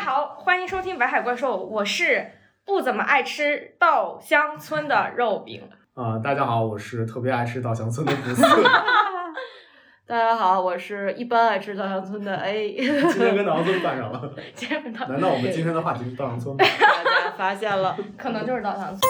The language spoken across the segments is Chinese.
好，欢迎收听《白海怪兽》，我是不怎么爱吃稻香村的肉 饼。啊、大家好，我是特别爱吃稻香村的不四，大家好，我是一般爱吃稻香村的 A。 今天跟稻香村拌上了。今天到难道我们今天的话题是稻香村吗？大家发现了，可能就是稻香村。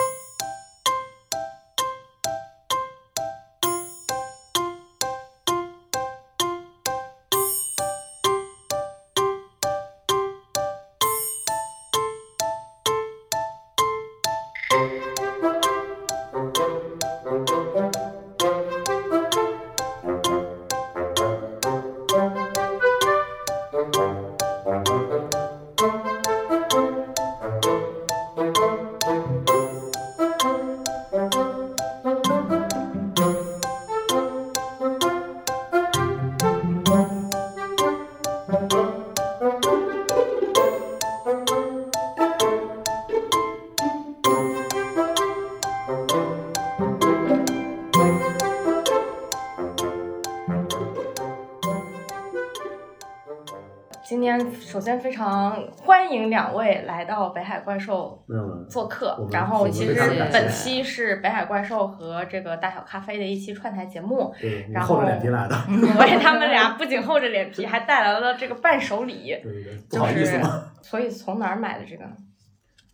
今天首先非常欢迎两位来到北海怪兽没有没有，做客我，们然我后们其非实常感谢本期是北海怪兽和这个大小咖啡的一期串台节 目，对，我然厚着后脸皮来的，所以他们俩不仅厚着脸皮，还带来了这个伴手礼。对对对，不就好意思是嘛。，所以从哪儿买的这个？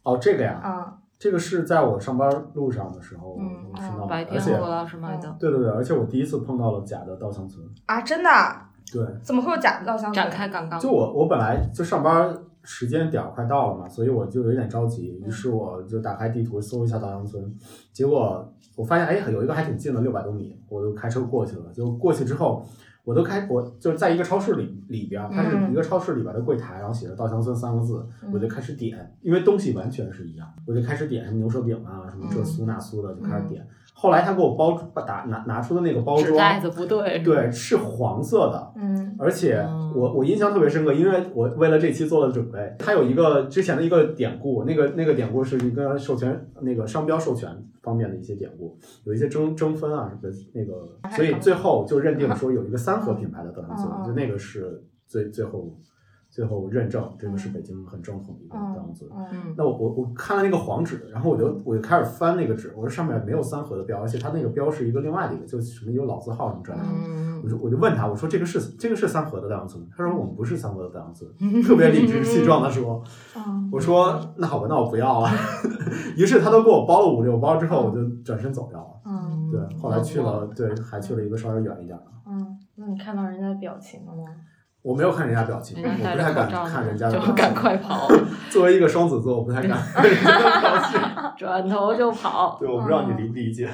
哦，这个呀，啊，这个是在我上班路上的时候我嗯听到的，白而天且何老师买的，对对对，而且我第一次碰到了假的稻香村。啊，真的啊？对，怎么会有假的稻香村？展开刚刚就我我本来就上班时间点儿快到了嘛，所以我就有点着急，于嗯是我就打开地图搜一下稻香村，结果我发现哎有一个还挺近的，六百多米，我就开车过去了。就过去之后，我都开我就是在一个超市里里边儿，它是嗯一个超市里边的柜台，然后写着稻香村三个字，嗯我就开始点，因为东西完全是一样，我就开始点什么牛舌饼啊，什么嗯这酥那酥的，就开始点。后来他给我包把打拿拿出的那个包纸袋装，子不对，对，是黄色的，嗯，而且嗯我我印象特别深刻，因为我为了这期做了准备。它有一个之前的一个典故，那个那个典故是一个授权那个商标授权方面的一些典故，有一些争争分啊什么的那个，所以最后就认定说有一个三和品牌的稻香嗯嗯村，就那个是最最后最后认证，这个是北京很正统的一个稻香村。嗯嗯，那我我我看了那个黄纸，然后我就我就开始翻那个纸，我说上面没有三和的标，而且它那个标是一个另外的一个，就是什么有老字号什么之类的。嗯我就我就问他，我说这个是这个是三河的大洋村，他说我们不是三河的大洋 村，特别理直气壮的说，嗯我说那好吧，那我不要了。啊 于是他都给我包了五六包之后，我就转身走掉了。嗯对，后来去了，对，还去了一个稍微远一点的。嗯，那你看到人家的表情了吗？我没有看人家表情，人我家戴不太着口敢罩看呢，人家的嗯就表赶情。快跑，作为一个双子座，我不太敢看人家的表情。 转头就跑。对，我不知道你理不理解。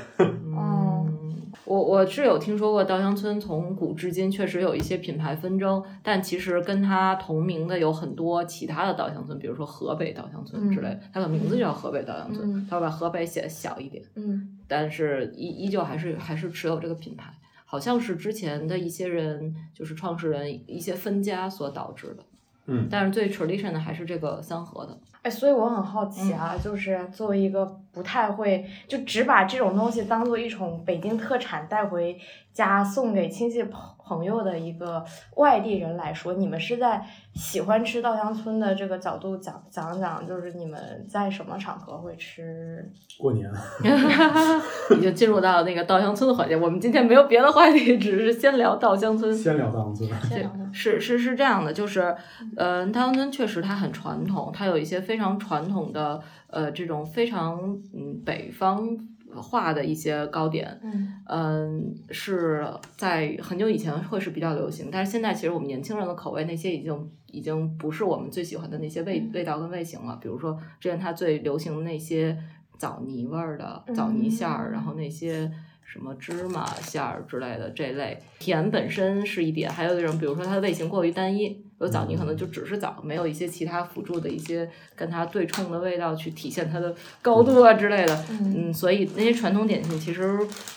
嗯，我我是有听说过稻香村从古至今确实有一些品牌纷争，但其实跟它同名的有很多其他的稻香村，比如说河北稻香村之类的，它的名字叫河北稻香嗯村，它会把河北写得小一点，嗯但是依依旧还是还是持有这个品牌。好像是之前的一些人，就是创始人一些分家所导致的，嗯，但是最 tradition 的还是这个三河的。哎，所以我很好奇啊，就是作为一个不太会，就只把这种东西当做一种北京特产带回家送给亲戚朋朋友的一个外地人来说，你们是在喜欢吃稻香村的这个角度讲讲讲，就是你们在什么场合会吃？过年已经进入到那个稻香村的环节。我们今天没有别的话题，只是先聊稻香村。先聊大洋村，先对聊聊，是是是这样的，就是，呃，稻香村确实它很传统，它有一些非常传统的，呃，这种非常嗯北方化的一些糕点，嗯嗯，是在很久以前会是比较流行，但是现在其实我们年轻人的口味那些已经已经不是我们最喜欢的那些味味道跟味型了。比如说之前它最流行的那些枣泥味儿的枣泥馅儿，然后那些什么芝麻馅儿之类的这类甜本身是一点，还有一种比如说它的味型过于单一，有枣泥可嗯能就只是枣，没有一些其他辅助的一些跟它对冲的味道去体现它的高度啊之类的。嗯嗯，所以那些传统点心，其实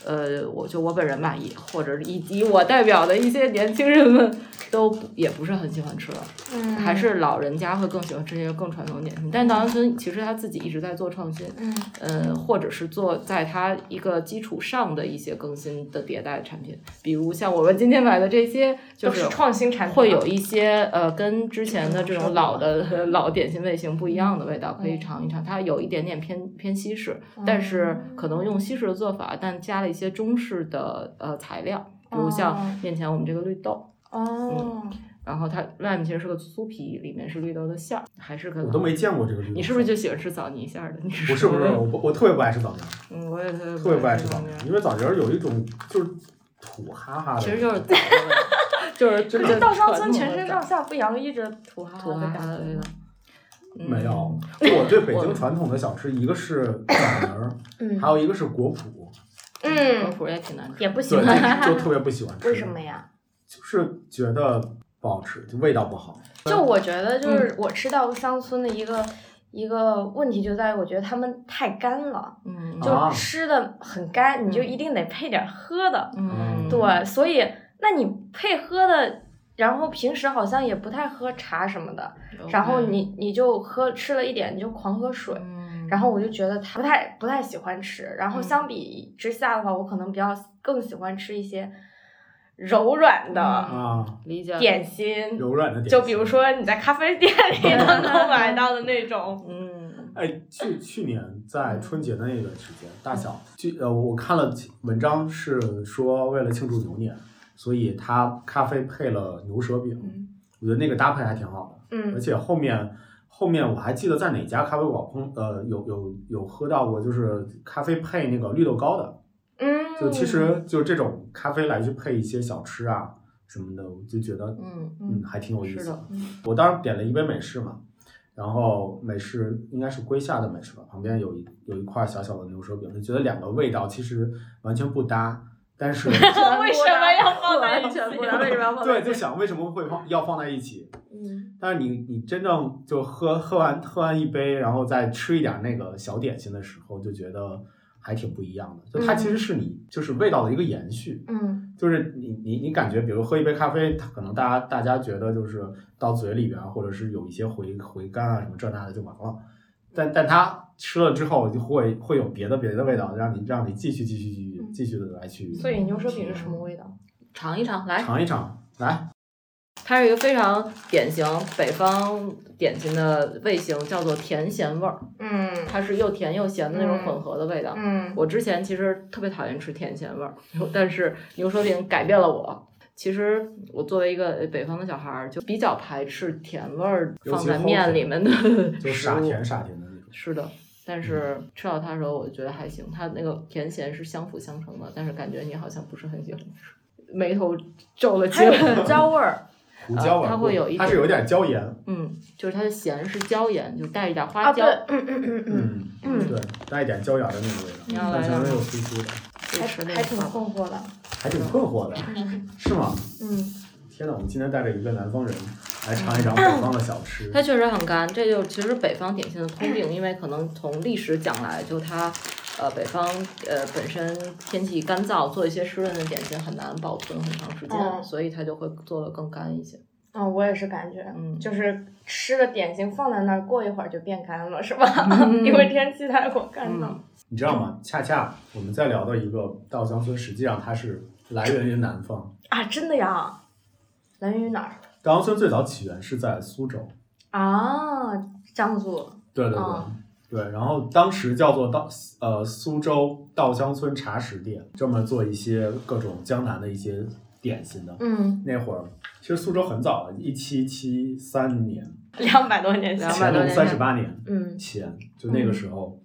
呃，我就我本人吧，也或者以及我代表的一些年轻人们，都不也不是很喜欢吃了，嗯，还是老人家会更喜欢吃这些更传统的点心。但稻香村其实他自己一直在做创新，嗯呃，或者是做在它一个基础上的一些更新的迭代产品，比如像我们今天买的这些，就都是是创新产品啊，会有一些呃，跟之前的这种老的老点心味型不一样的味道，可以嗯尝一尝。它有一点点偏偏西式，啊但是可能用西式的做法，但加了一些中式的呃材料，比如哦像面前我们这个绿豆，嗯哦，然后它外面其实是个酥皮，里面是绿豆的馅儿，还是可能我都没见过这个绿豆。你是不是就喜欢吃枣泥馅儿的？你不是不是，我不我特别不爱吃枣泥儿，嗯，我也特别特别不爱吃枣枣泥泥儿，因为枣泥儿有一种就是土哈哈的，其实就是枣的味道，就是真就是的稻香传村统全的身枣上下不扬，一直土哈土哈哈的哈感的味道觉。。嗯没有。我对北京传统的小吃，一个是枣泥儿，嗯还有一个是果脯，果嗯，脯也挺难吃。也不喜对，欢， 就就特别不喜欢吃。为什么？呀？就是觉得不好吃，就味道不好。嗯就我觉得，就是我吃稻香村的一个、一个问题就在于，我觉得他们太干了，嗯，就啊吃的很干，你就一定得配点喝的。嗯，对，所以那你配喝的，然后平时好像也不太喝茶什么的， OK 然后，你你就喝吃了一点，你就狂喝水。嗯然后我就觉得它不太不太喜欢吃，然后嗯相比之下的话，我可能比较更喜欢吃一些柔软的嗯啊，理解点心，柔软的点。就比如，说你在咖啡店里 都能买到的那种，嗯哎，去去年嗯在春节的那段时间，大小去呃，我看了文章是说为了庆祝牛年，所以他咖啡配了牛舌饼，嗯我觉得那个搭配还挺好的。而嗯且后面后面我还记得在哪家咖啡馆碰呃有有有喝到过，就是咖啡配那个绿豆糕的，嗯，就其实就这种咖啡来去配一些小吃啊什么的，我就觉得嗯，嗯还挺有意是思的。我当时点了一杯美式嘛，然后美式应该是龟下的美式吧，旁边有一有一块小小的牛舌饼，就觉得两个味道其实完全不搭，但 是为什么要放在一起？完全不搭为什么要放对就想为什么会放要放在一起，嗯但是你你真正就喝喝完喝完一杯，然后再吃一点那个小点心的时候，就觉得还挺不一样的。就它嗯其实是你就是味道的一个延续，嗯就是你你你感觉，比如喝一杯咖啡，它可能大家大家觉得就是到嘴里边，或者是有一些回回甘啊什么这那的就完了，但但它吃了之后就会会有别的别的味道，让你让你继续继续继续嗯继续的来去所以牛舌饼是什么味道？尝一尝，来，尝一尝，来它是一个非常典型北方点心的味型，叫做甜咸味儿，嗯它是又甜又咸的那种嗯混合的味道。嗯我之前其实特别讨厌吃甜咸味儿，但是牛舌饼改变了我。其实我作为一个北方的小孩儿，就比较排斥甜味儿尤放其在齁面甜里面的就食傻物。甜傻甜的那种。是的，但是吃到它的时候，我觉得还行，它那个甜咸是相辅相成的，但是感觉你好像不是很喜欢吃，眉头皱了起还有来。胡椒味 儿胡椒味儿、它会有一它是点有一点椒盐，嗯，就是它的咸是椒盐，就带一点花啊，对椒。，嗯嗯嗯嗯，嗯，嗯对，带一点椒盐的那个味你道要，但来是了没吗有酥酥的，就还吃那还个挺饭困惑的，还挺困惑的， 是吗？嗯天哪，我们今天带着一个南方人来尝一尝北方的小吃，它确实很干，这就是其实北方典型的通病，因为可能从历史讲来，就它，呃，北方呃本身天气干燥，做一些湿润的点心很难保存很长时间，哦嗯所以它就会做的更干一些。嗯，我也是感觉，嗯，就是吃的点心放在那儿，过一会儿就变干了，是吧？ 嗯因为天气太过干燥。嗯你知道吗？恰恰我们在聊到一个稻香村，实际上它是来源于南方。啊，真的呀？来源于哪儿？稻香村最早起源是在苏州，啊，江苏。对对对。哦对，然后当时叫做稻呃苏州稻香村茶食店，专门做一些各种江南的一些点心的。嗯，那会儿其实苏州很早了，一七七三年，两百多年前。 200乾多隆年三前十八年嗯前，就那个时候，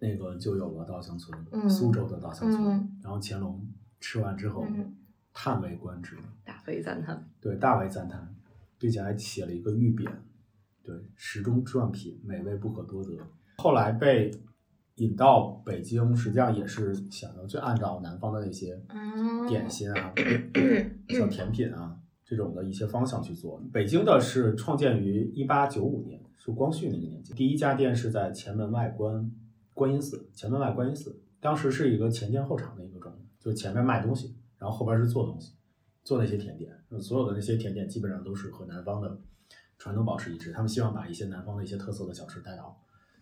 那个就有了稻香村，嗯苏州的稻香村。嗯然后乾隆吃完之后，嗯叹为观止，大肥赞叹，对，大为赞叹，并且还写了一个御匾，对，时中篆品，美味不可多得。后来被引到北京，实际上也是想要去按照南方的那些嗯。点心啊、小甜品啊这种的一些方向去做。北京的是创建于一八九五年，是光绪那个年间。第一家店是在前门外观观音寺，前门外观音寺，当时是一个前店后厂的一个状态，就前面卖东西，然后后边是做东西，做那些甜点。那所有的那些甜点基本上都是和南方的传统保持一致，他们希望把一些南方的一些特色的小吃带到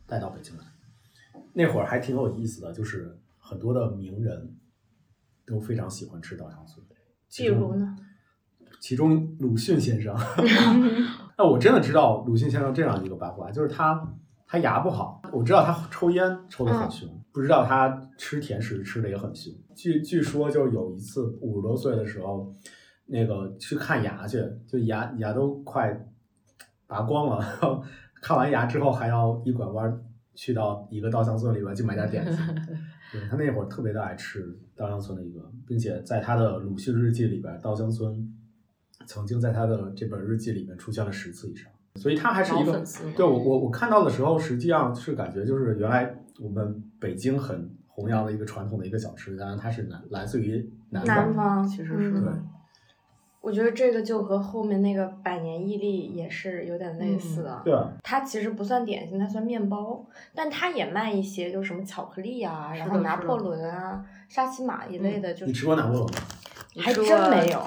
带到北京来。那会儿还挺有意思的，就是很多的名人都非常喜欢吃稻香村。比如呢？其中鲁迅先生，那我真的知道鲁迅先生这样一个八卦，就是他他牙不好，我知道他抽烟抽的很凶，不知道他吃甜食吃的也很凶。据据说就是有一次五十多岁的时候，那个去看牙去，就牙牙都快拔光了， 然后看完牙之后还要一拐弯去到一个稻香村里边去买点点心。对他那会儿特别的爱吃稻香村的一个，并且在他的鲁迅日记里边，稻香村曾经在他的这本日记里面出现了十次以上，所以他还是一老个粉丝了对我我我看到的时候，实际上是感觉就是原来我们北京很弘扬的一个传统的一个小吃，当然它是来来自于南南方，方其实是嗯对我觉得这个就和后面那个百年伊利也是有点类嗯似啊。对它其实不算点心，它算面包，但它也卖一些，就是什么巧克力啊，是的嗯然后拿破仑啊、沙琪玛一类的，就你吃是过南坡楼吗？你还吃过真没有。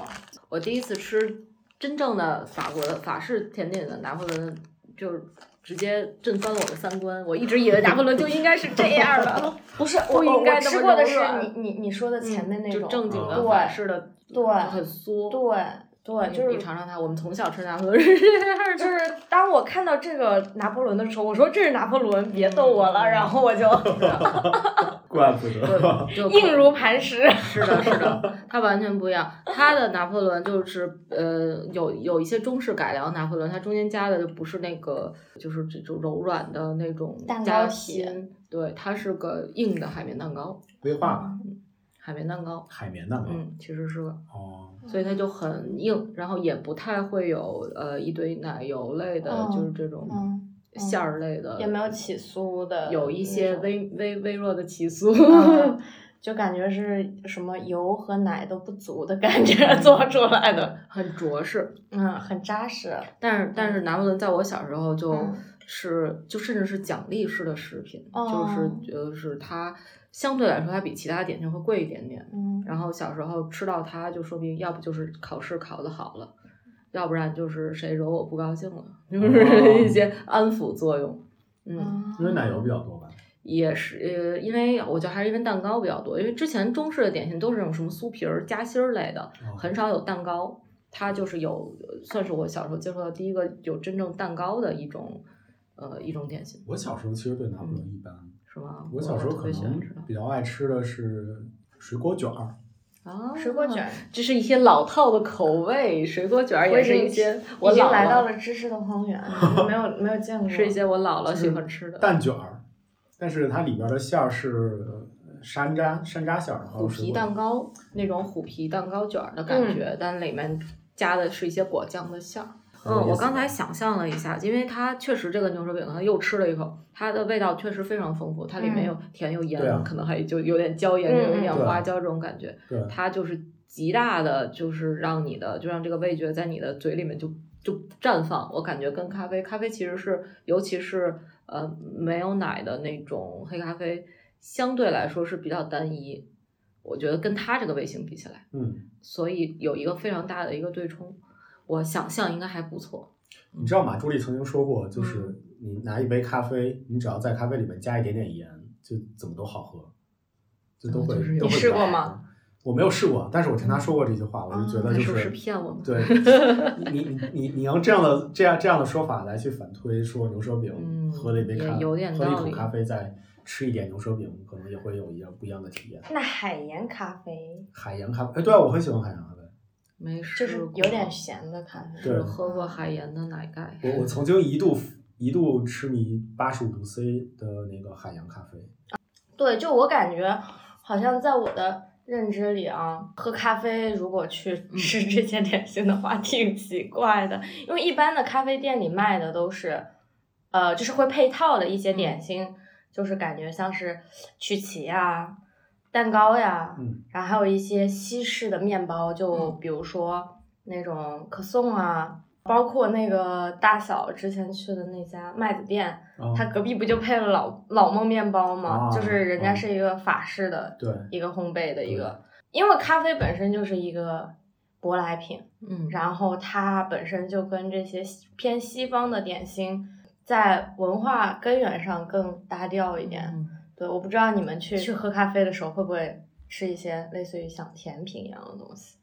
我第一次吃真正的法国的法式甜点的拿破仑，就是直接震翻了我的三观。我一直以为拿破仑就应该是这样的，不是不我我应该我这么吃过的柔是软你你你说的前面那嗯就种，正经的嗯法式的，对很酥。对对，你就你是尝尝它，我们从小吃拿破仑是这样的。就是当我看到这个拿破仑的时候，我说这是拿破仑，别逗我了，嗯然后我就怪不 得。对就 硬如磐石。是的，是的，它完全不一样。它的拿破仑就是呃，有有一些中式改良拿破仑，它中间加的就不是那个，就是这种柔软的那种蛋糕夹体心，对，它是个硬的海绵蛋糕，规划海绵蛋糕，海绵蛋糕，嗯，其实是个哦，所以它就很硬，然后也不太会有呃一堆奶油类的，嗯就是这种嗯，馅儿类的，也没有起酥的，有一些微微微弱的起酥。 嗯 就感觉是什么油和奶都不足的感觉做出来的，很着实，嗯，很扎实。但是但是拿破仑在我小时候就嗯是、就甚至是奖励式的食品，哦就是就是它相对来说它比其他点心会贵一点点，嗯，然后小时候吃到它就说明要不就是考试考得好了，要不然就是谁惹我不高兴了，就是一些安抚作用，哦嗯因为奶油比较多吧？也是，呃，因为我觉得还是因为蛋糕比较多，因为之前中式的点心都是那种什么酥皮儿、夹心儿类的，哦很少有蛋糕。它就是有，呃算是我小时候接触到第一个有真正蛋糕的一种，呃，一种点心，我小时候其实对拿破仑一般，是吗？我小时候嗯特可别喜欢能吃的比较爱吃的是水果卷儿，啊，水果卷，，这是一些老套的口味，水果卷儿我也已是经一些我已经姥来到姥了知识的荒原，没 有没有见过。是一些我姥姥喜嗯欢吃的，蛋卷儿，但是它里边的馅儿是呃山楂山楂馅儿，然虎后皮是蛋糕那种虎皮蛋糕卷儿的感嗯觉，但里面加的是一些果酱的馅儿。很嗯，有意思我刚才想象了一下，因为它确实这个牛舌饼，它又吃了一口，它的味道确实非常丰富，它里嗯面有甜有盐，对啊可能还就有点椒盐，嗯有点嗯花椒这种感觉。对它就是极大的，就是让你的，就让这个味觉在你的嘴里面就就绽放。我感觉跟咖啡，咖啡其实是，尤其是呃没有奶的那种黑咖啡，相对来说是比较单一。我觉得跟它这个味型比起来，嗯。所以有一个非常大的一个对冲。我想象应该还不错。你知道马助理曾经说过，就是嗯你拿一杯咖啡，你只要在咖啡里面加一点点盐，就怎么都好喝，就都会、嗯就是有都会比较好喝。你试过吗我没有试过，但是我听嗯他说过这句话，我就觉那得那就是哦不是骗我们？ 对你你你你用这样的这样这样的说法来去反推说牛舌饼、嗯喝了一杯咖也有点喝了一道口理咖啡再吃一点牛舌饼，可能也会有一样不一样的体验。那海盐咖啡海盐咖啡，哎，对啊，我很喜欢海盐咖啡。没就事，是有点咸的咖啡。是对喝过海盐的奶盖。我我曾经一度一度痴迷八十五度 C 的那个海洋咖啡。对，就我感觉，好像在我的认知里啊，喝咖啡如果去嗯吃这些点心的话，挺奇怪的，因为一般的咖啡店里卖的都是，呃，就是会配套的一嗯些点心，就是感觉像是曲奇呀、蛋糕呀，嗯然后还有一些西式的面包，就嗯比如说那种可颂啊。包括那个大嫂之前去的那家麦子店，啊它隔壁不就配了老老梦面包吗？啊就是人家嗯是一个法式的对，一个烘焙的一个，因为咖啡本身就是一个舶来品，嗯，然后它本身就跟这些西偏西方的点心在文化根源上更搭调一点。嗯对，我不知道你们去去喝咖啡的时候会不会吃一些类似于像甜品一样的东西？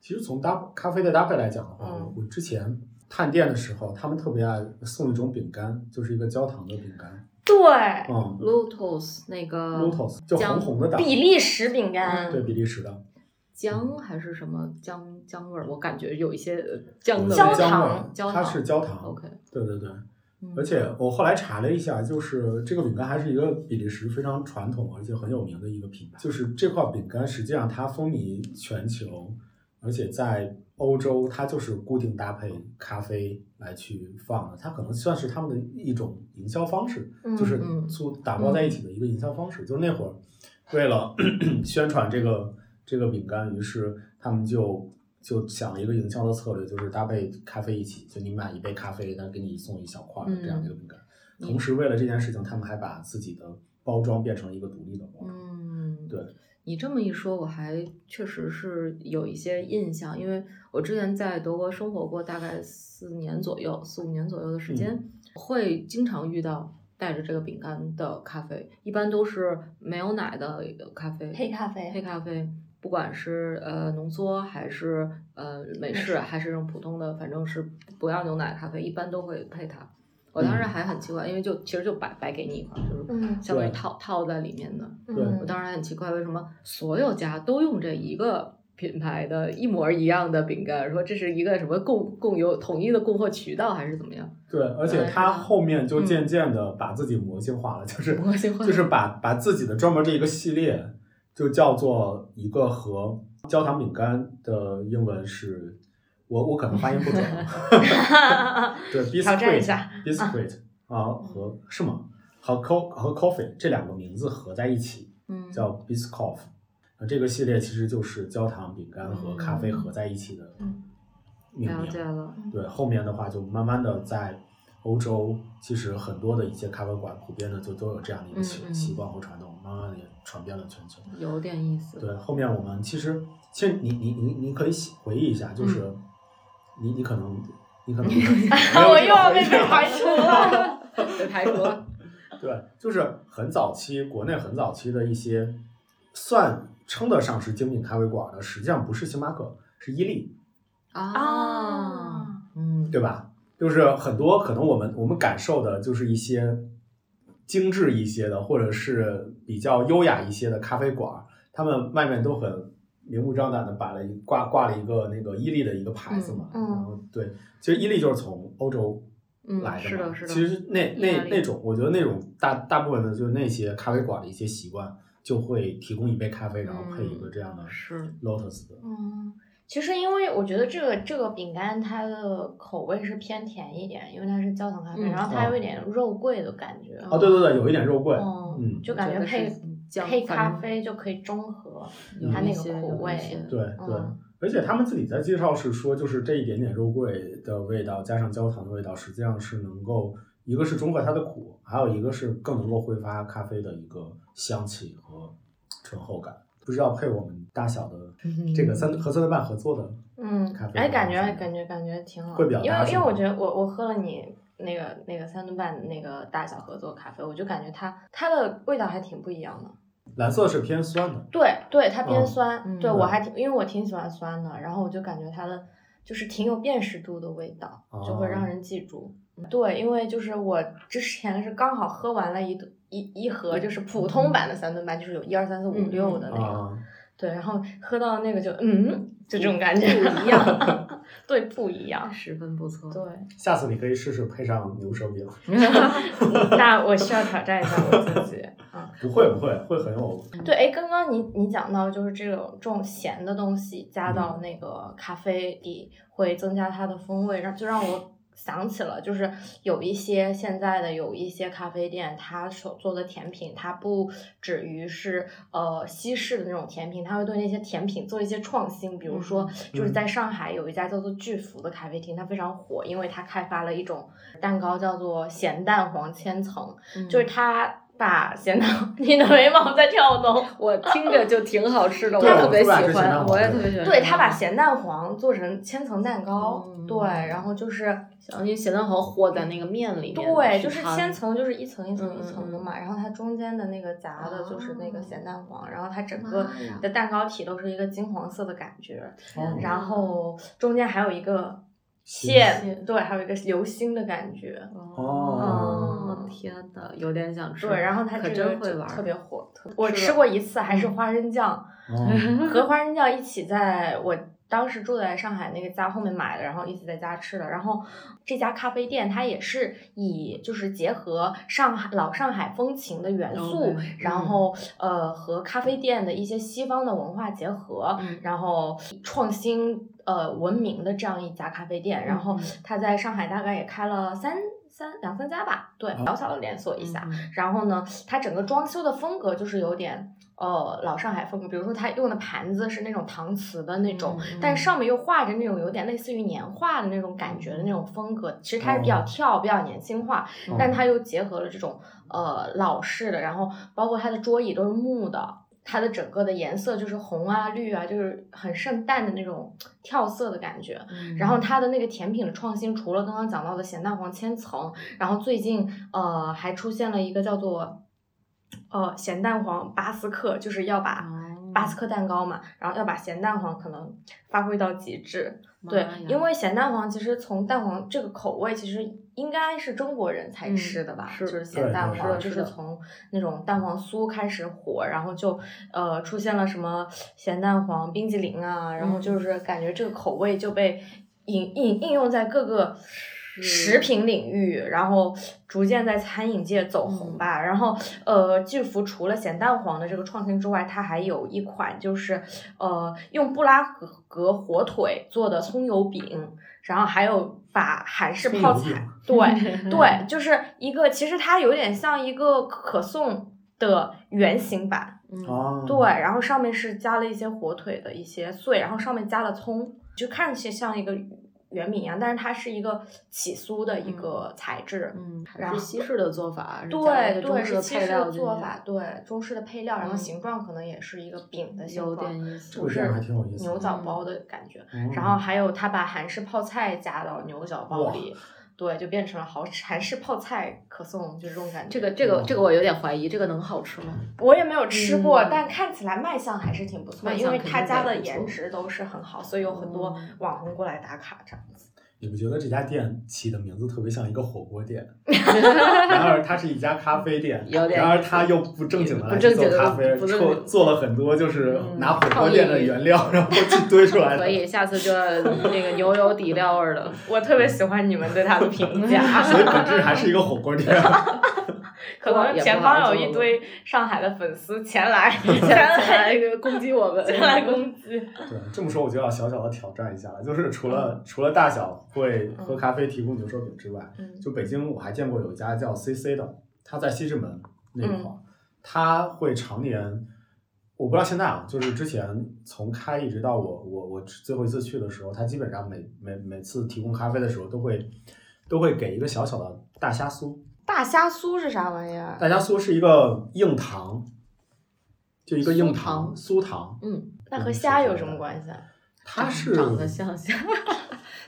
其实从搭咖啡的搭配来讲的话，嗯我之前探店的时候，他们特别爱送一种饼干，就是一个焦糖的饼干，对，嗯 Lotus 那个，Lotus 就红嗯姜红的打，比利时饼干，对比利时的姜还是什么姜姜味儿，我感觉有一些呃姜的有味儿焦姜糖味儿焦它糖是焦糖 OK，对对对。嗯而且我后来查了一下，就是这个饼干还是一个比利时非常传统而且很有名的一个品牌。就是这块饼干实际上它风靡全球，而且在欧洲它就是固定搭配咖啡来去放的，它可能算是他们的一种营销方式，嗯就是嗯做打包在一起的一个营销方式。就那会儿，为了 宣传这个这个饼干，于是他们就。就想了一个营销的策略，就是搭配咖啡一起，就你买一杯咖啡，但给你送一小块儿的这样的一个饼干。嗯同时，为了这件事情，他们还把自己的包装变成一个独立的包装。嗯，对。你这么一说，我还确实是有一些印象，因为我之前在德国生活过大概四年左右，四五年左右的时间，会经常遇到带着这个饼干的咖啡，一般都是没有奶的咖啡，黑咖啡，黑咖啡，不管是呃浓缩还是呃美式，式还是用普通的，反正是不要牛奶咖啡，一般都会配它。我当时嗯还很奇怪，因为就其实就摆摆给你一块儿，就是嗯相当于对套套在里面的。嗯，我当时还很奇怪，为什么所有家都用这一个品牌的一模一样的饼干？说这是一个什么供供有统一的供货渠道，还是怎么样？对，而且嗯他后面就嗯渐渐的把自己魔性化了，就是 魔性化就是把把自己的专门这一个系列，就叫做一个和焦糖饼干的英文是，我我可能发音不准啊， 对挑战一下，biscuit，biscuit 啊和是吗？和 co 和 coffee 这两个名字合在一起，嗯，叫 Biscoff。那这个系列其实就是焦糖饼干和咖啡合在一起的嗯命了解名。啊了。对，后面的话就慢慢的在欧洲，其实很多的一些咖啡馆普遍的就都有这样的一个习嗯嗯习惯和传统，慢慢的也传遍了全球。有点意思，对，后面我们其实其实你你你你可以回忆一下，嗯就是你你可能你 可能没有这个啊我又要被回忆了排除了。 被排除 了。对，就是很早期，国内很早期的一些算称得上是精品咖啡馆的，实际上不是星巴克，是伊利，啊，嗯，对吧？就是很多可能我们我们感受的就是一些精致一些的，或者是比较优雅一些的咖啡馆，他们外面都很明目张胆的摆了一挂挂了一个那个伊利的一个牌子嘛。嗯嗯然后对，其实伊利就是从欧洲嗯来的嘛。是的，是的。其实那意大那利那种，我觉得那种大大部分的，就是那些咖啡馆的一些习惯，就会提供一杯咖啡，然后配一个这样的嗯是 Lotus 的。嗯，其实因为我觉得这个这个饼干它的口味是偏甜一点，因为它是焦糖咖啡，嗯然后它哦有一点肉桂的感觉。哦，对对对，有一点肉桂，嗯，嗯就我感觉觉得配是酱配反咖正啡就可以中和。有它一那个些口有一味些对对。嗯而且他们自己在介绍是说，就是这一点点肉桂的味道，加上焦糖的味道，实际上是能够，一个是中和它的苦，还有一个是更能够挥发咖啡的一个香气和醇厚感。不知道配我们大小的这个三和三顿半合作的嗯咖，啡哎，的感话觉是感觉感觉挺好，会比较因搭为因是为我吗觉得我我喝了你那个那个三顿半那个大小合作咖啡，我就感觉它它的味道还挺不一样的。蓝色是偏酸的，对对，它偏嗯酸，嗯对我还挺因为我挺喜欢酸的，然后我就感觉它的就是挺有辨识度的味道，就会让哦人记住。对，因为就是我之前是刚好喝完了一顿一一盒，就是普通版的三顿半，就是有一二三四五嗯六的那个，啊，对，然后喝到那个就嗯，就这种感觉，不一样， 对，不一 样，啊十分不错。对。下次你可以试试配上牛舌饼，那我需要挑战一下我自己。啊，不会不会，会很有对，哎，刚刚你你讲到就是这种这种咸的东西加到嗯那个咖啡里，会增加它的风味，让就让我想起了，就是有一些现在的有一些咖啡店，它所做的甜品，它不止于是呃西式的那种甜品，它会对那些甜品做一些创新，比如说就是嗯在上海有一家叫做巨福的咖啡厅，它非常火，因为它开发了一种蛋糕叫做咸蛋黄千层。嗯就是它把咸蛋， 你的眉毛在跳动。我听着就挺好吃的，我对特别喜我知道这是欢，蛋我也黄特别喜欢。对他把咸蛋黄做成千层蛋糕，嗯对，然后就是像那咸蛋黄和在那个面里面，对，就是它千层，就是一层一层嗯哦一层的嘛。然后它中间的那个夹的就是那个咸蛋黄，然后它整个妈呀嗯的蛋糕体都是一个金黄色的感觉，哦嗯然后中间还有一个线线，对，还有一个流星的感觉。哦嗯天呐，有点想吃。对，然后它可这真个会就玩，特别火。特我是的吃过一次，还是嗯花生酱，哦和花生酱一起在我当时住在上海那个家后面买的，然后一起在家吃的。然后这家咖啡店它也是以就是结合上海老上海风情的元素 OK，然后呃和咖啡店的一些西方的文化结合，嗯然后创新呃文明的这样一家咖啡店。然后它在上海大概也开了三三两三家吧，对，小小的连锁嗯一下。然后呢，它整个装修的风格就是有点呃老上海风格，比如说它用的盘子是那种搪瓷的那种，嗯但是上面又画着那种有点类似于年画的那种感觉的那种风格。其实它是比较哦跳、比较年轻化，嗯哦但它又结合了这种呃老式的，然后包括它的桌椅都是木的。它的整个的颜色就是红啊、绿啊，就是很圣诞的那种跳色的感觉。嗯然后它的那个甜品的创新，除了刚刚讲到的咸蛋黄千层，然后最近呃还出现了一个叫做呃咸蛋黄巴斯克，就是要嗯把哎巴斯克蛋糕嘛，然后要把咸蛋黄可能发挥到极致。对，因为咸蛋黄其实从蛋黄这个口味，其实应该是中国人才嗯吃的吧，是就是对咸对蛋是黄，的就是是的从那种蛋黄酥开始火，然后就呃出现了什么咸蛋黄冰激凌啊，然后嗯就是感觉这个口味就被应应应用在各个。食是品领域，然后逐渐在餐饮界走嗯红吧。然后，呃，巨福除了咸蛋黄的这个创新之外，它还有一款就是呃，用布拉格火腿做的葱油饼，然后还有把韩式泡葱油菜饼， 对对，就是一个，其实它有点像一个可颂的圆形版，嗯 哦，对，然后上面是加了一些火腿的一些碎，然后上面加了葱，就看起来像一个圆饼一样，但是它是一个起酥的一个材质，嗯，然后是西式的做法，对对，是西西式式的做法，，对中式的配料，然后嗯形状可能也是一个饼的形有状，点意思。就这是样还挺有意思的牛角包的感觉。嗯然后还有他把韩式泡菜加到牛角包哇里，对，就变成了好吃韩式泡菜可颂，就这种感觉。这个这个这个我有点怀疑，这个能好吃吗？我也没有吃过，嗯但看起来卖相还是挺不错的，卖因相为肯他定家也的不错颜值都是很好，所以有很多嗯网红过来打卡这样子。你们觉得这家店起的名字特别像一个火锅店， 然而它是一家咖啡店，有点然而它又不正经的来不正去经做地咖啡，不正做经做了很多就是嗯拿火锅店的原料然后去堆出来的可。以，下次就要那个牛油底料味 儿的。我特别喜欢你们对他的评价 所以本质还是一个火锅店， 可不能也不前好方有做一了堆上海的粉丝前来前来来攻击我 们前来攻击，对，这么说我就要小小的挑战一下了，就是除了、嗯除了大小会喝咖啡提供牛舌饼之外，嗯就北京我还见过有一家叫 CC 的，它在西直门那一嗯块儿，它会常年，我不知道现在啊，就是之前从开一直到我我我最后一次去的时候，它基本上每每每次提供咖啡的时候都会都会给一个小小的大虾酥，大虾酥是啥玩意儿？大虾酥是一个硬糖，就一个硬酥糖酥糖，嗯，那嗯和是虾这有样什么的关系啊？它是长得 像虾，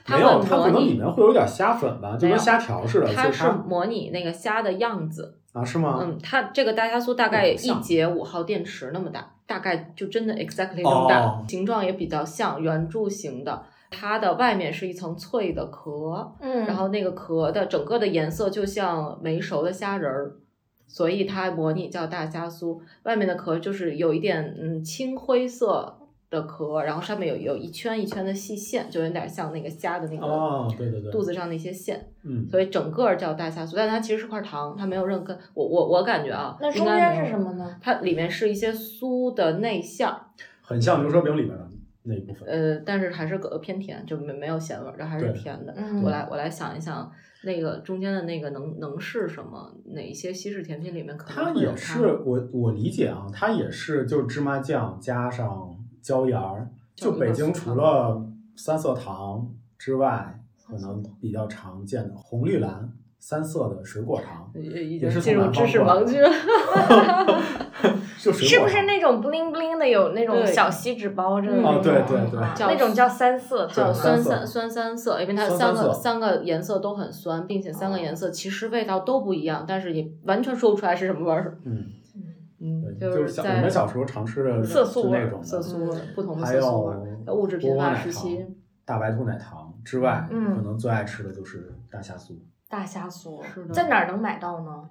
它没有，会它可模能里拟，面会有点虾粉吧，就没有跟虾条似的。所以是模拟那个虾的样子。啊，是吗？嗯，它这个大虾酥大概嗯像一节五号电池那么大，大概就真的 exactly 那么大，哦形状也比较像圆柱形的。它的外面是一层脆的壳，嗯然后那个壳的整个的颜色就像没熟的虾仁儿，所以它模拟叫大虾酥。外面的壳就是有一点嗯青灰色的壳，然后上面有有一圈一圈的细线，就有点像那个虾的那个哦，对对对，肚子上那些线，嗯，所以整个儿叫大虾酥。但它其实是块糖，它没有任何我我我感觉啊，那应中该间没有是什么呢？它里面是一些酥的内馅儿，很像牛舌饼里面的那一部分。呃，但是还是个偏甜，就没没有咸味儿，然后还是对甜的。嗯我来我来想一想，那个中间的那个能能是什么？哪一些西式甜品里面可它能会有也是我我理解啊，它也是就是芝麻酱加上椒盐儿，就就一个北京酥除糖了三色糖之外，可能比较常见的红绿蓝三色的水果糖，也已经也是进从入知南方识过盲来的区了。就水是不果糖是那种 bling bling 的有那种对小锡纸包着的嗯那哦种？对对对啊叫那种叫三色糖叫吧。酸酸三色酸三色，因为它酸三三个色三个颜色都很酸，并且三个哦颜色其实味道都不一样，但是也完全说不出来是什么味儿。 嗯，嗯，对，就是是小我在们小时候常吃的色素是味那儿种的色素味儿，不同的还色有素味儿，物质贫波波乏奶时糖期，大白兔奶糖之外，嗯可能最爱吃的就是大虾酥。大虾酥是的在哪儿能买到呢？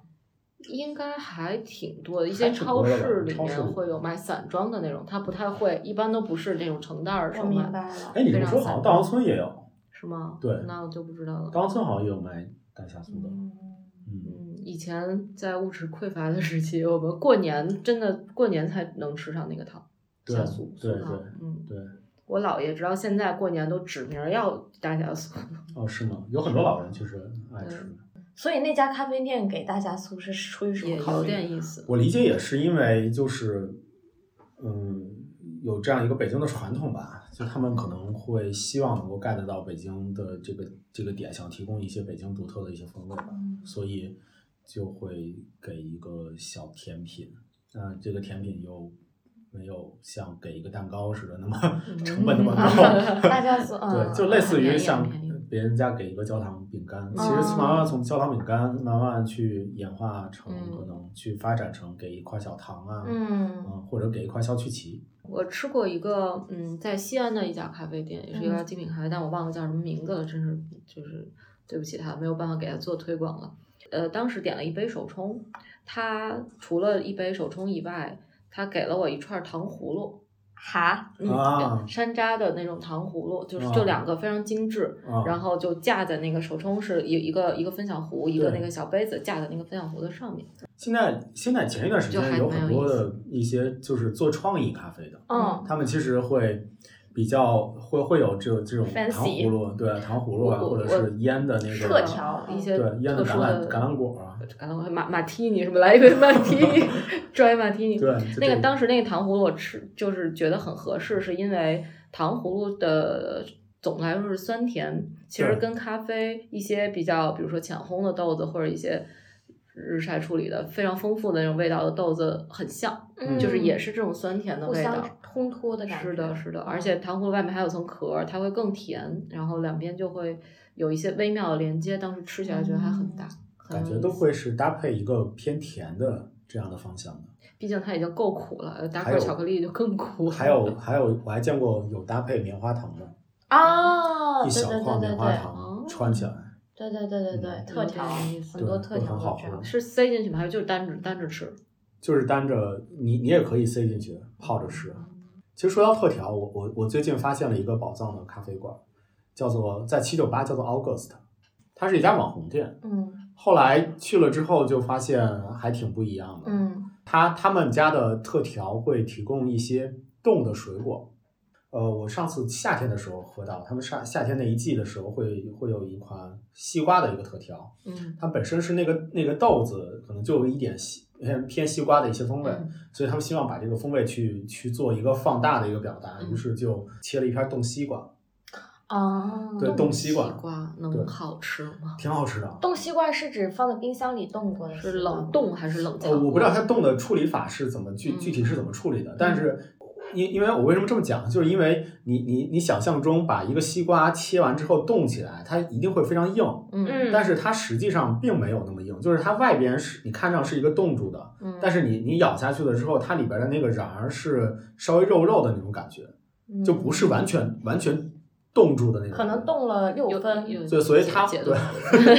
应该还挺多的，一还些挺超多的吧市里超市面里会有卖散装的那种，它不太会，一般都不是那种成袋儿我售明卖，白了。哎，你这非么常说好像散稻香村也有，是吗？对那我就不知道了。稻香村好像也有卖大虾酥的。嗯嗯，嗯，以前在物质匮乏的时期，我们过年真的过年才能吃上那个糖，对下酥对酥糖对，嗯，对，我姥爷直到现在过年都指名儿要大家酥，哦，是吗？有很多老人其实爱吃。所以那家咖啡店给大虾酥是出于什 也么考有虑？点意思。我理解也是因为就是，嗯，有这样一个北京的传统吧，就他们可能会希望能够 get 到北京的这个这个点，想提供一些北京独特的一些氛围吧，嗯所以就会给一个小甜品，那这个甜品又没有像给一个蛋糕似的那么 成本那么 高。大虾酥，对，嗯，呃就类似于便宜像便宜别人家给一个焦糖饼干，嗯其实从慢慢从焦糖饼干慢慢去演化成，嗯可能去发展成给一块小糖啊，嗯嗯或者给一块小曲奇，我吃过一个，嗯，在西安的一家咖啡店，也是一家嗯精品咖啡，但我忘了叫什么名字了，真是就是对不起他，没有办法给他做推广了。呃，当时点了一杯手冲，他除了一杯手冲以外，他给了我一串糖葫芦，哈，嗯，啊山楂的那种糖葫芦，就是啊就两个非常精致，啊，然后就架在那个手冲是一一个一个分享壶，一个对那个小杯子架在那个分享壶的上面。现在现在前一段时就还间有蛮有很意多思哦的一些就是做创意咖啡的，嗯，他们其实会。比较会会有这这种 Fancy 糖葫芦，对糖葫芦啊，我或者我是腌的那是个特调啊一些对腌的特橄殊榄的橄榄果啊，橄榄马马提尼什么来一杯马提尼，拽马提 尼。对，就那这个当时那个糖葫芦我吃就是觉得很合适，是因为糖葫芦的总的来说是酸甜，其实对跟咖啡一些比较，比如说浅烘的豆子或者一些日晒处理的非常丰富的那种味道的豆子很像，嗯就是也是这种酸甜的互味道。相烘托的感觉。是的，是的，而且糖葫芦外面还有层壳儿，它会更甜，然后两边就会有一些微妙的连接，当时吃起来觉得还很搭，很嗯感有觉意都思会是搭配一个偏甜的这样的方向的。毕竟它已经够苦了，打还有块巧克力就更苦了。还有还有，我还见过有搭配棉花糖的，啊，一对小对对块对棉花糖哦穿起来，对对对对对，嗯 特调啊有点意，思很多对特会调很好都这样喝。是塞进去吗？还是就是单着单着吃？就是单着你你也可以塞进去泡着吃。其实说到特调，我我我最近发现了一个宝藏的咖啡馆，叫做在七九八叫做 August，它是一家网红店。嗯后来去了之后就发现还挺不一样的。嗯他他们家的特调会提供一些冻的水果。呃，我上次夏天的时候喝到，他们夏夏天那一季的时候会会有一款西瓜的一个特调，嗯，它本身是那个那个豆子可能就有一点西偏偏西瓜的一些风味，嗯所以他们希望把这个风味去去做一个放大的一个表达，嗯于是就切了一片冻西瓜，啊，对，冻西瓜西瓜对能好吃吗？挺好吃的。啊冻西瓜是指放在冰箱里冻过的， 是冷。冻还是冷藏呃，过？我不知道它冻的处理法是怎么具具体是怎么处理的，但是因因为我为什么这么讲，就是因为你你你想象中把一个西瓜切完之后冻起来，它一定会非常硬，嗯嗯，但是它实际上并没有那么硬，就是它外边是你看上是一个冻住的，嗯，但是是你你咬下去了之后，它里边的那个瓤儿是稍微肉肉的那种感觉，就不是完全完全冻住的那种感觉，可能冻了六有分，有对，所以解它解对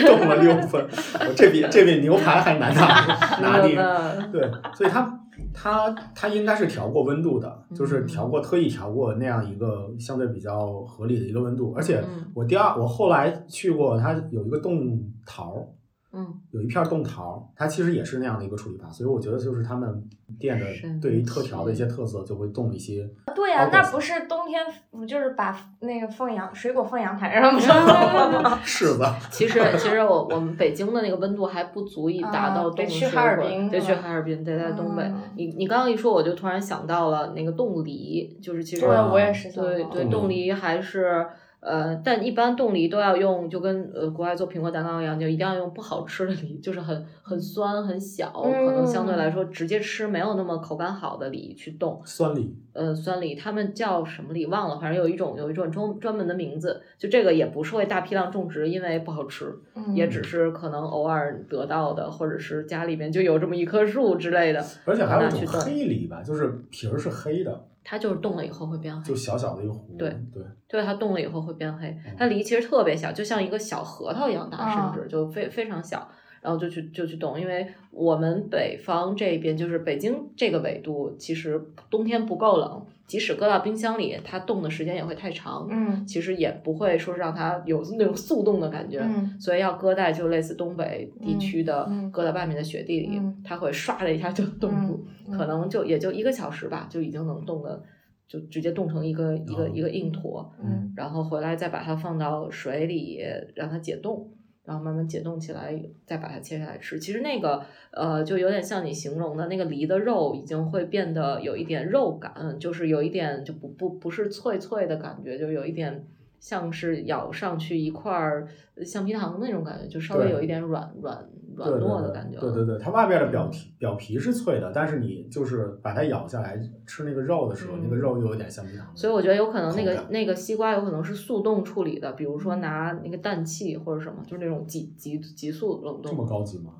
冻 冻了六分，我这比这比牛排还难 拿拿捏。了对，所以它它它应该是调过温度的，嗯就是调过特意调过那样一个相对比较合理的一个温度。而且嗯我第二我后来去过，它有一个冻桃儿，嗯，有一片冻桃儿，它其实也是那样的一个处理法。所以我觉得就是他们店的神对于特调的一奇些特色，就会冻一 些。对呀、 August 那不是冬天，就是把那个放阳水果放阳台上不就好了 吗？柿子， 其实其实我我们北京的那个温度还不足以达到啊得冻去水哈尔果滨得是去吧哈尔滨，得在东北嗯。你你刚刚一说，我就突然想到了那个冻梨，就是其实对，啊我也是想到对了。对，冻冻梨梨还是呃，但一般冻梨都要用，就跟呃国外做苹果蛋糕一样，就一定要用不好吃的梨，就是很很酸很小，可能相对来说直接吃没有那么口感好的梨去冻。酸梨，呃，酸梨，他们叫什么梨忘了，反正有一种有一种专专门的名字，就这个也不是会大批量种植，因为不好吃，也只是可能偶尔得到的，或者是家里面就有这么一棵树之类的，而且还有一那去种冻黑梨吧，就是皮儿是黑的，它就是冻了以后会变黑就，小小的一壶。对对，对，它冻了以后会变黑。它梨其实特别小，就像一个小核桃一样大，啊甚至就非非常小。然后就去就去冻，因为我们北方这边就是北京这个纬度，其实冬天不够冷，即使搁到冰箱里，它冻的时间也会太长。嗯其实也不会说是让它有那种速冻的感觉，嗯所以要搁在就类似东北地区的、嗯嗯搁在外面的雪地里，嗯它会唰的一下就冻住，嗯可能就也就一个小时吧，就已经能冻的，就直接冻成一个一个、哦一个硬坨，嗯然后回来再把它放到水里让它解冻。然后慢慢解冻起来，再把它切下来吃。其实那个，呃，就有点像你形容的那个梨的肉，已经会变得有一点肉感，就是有一点就不不不是脆脆的感觉，就有一点像是咬上去一块儿橡皮糖的那种感觉，就稍微对有一点软软软对对糯的对感觉了。对对对，它外边的表皮表皮是脆的，但是你就是把它咬下来吃那个肉的时候，嗯那个肉又有点橡皮糖。所以我觉得有可能那口个感那个西瓜有可能是速冻处理的，比如说拿那个氮气或者什么，就是那种急急急速冷这么冻。高级吗？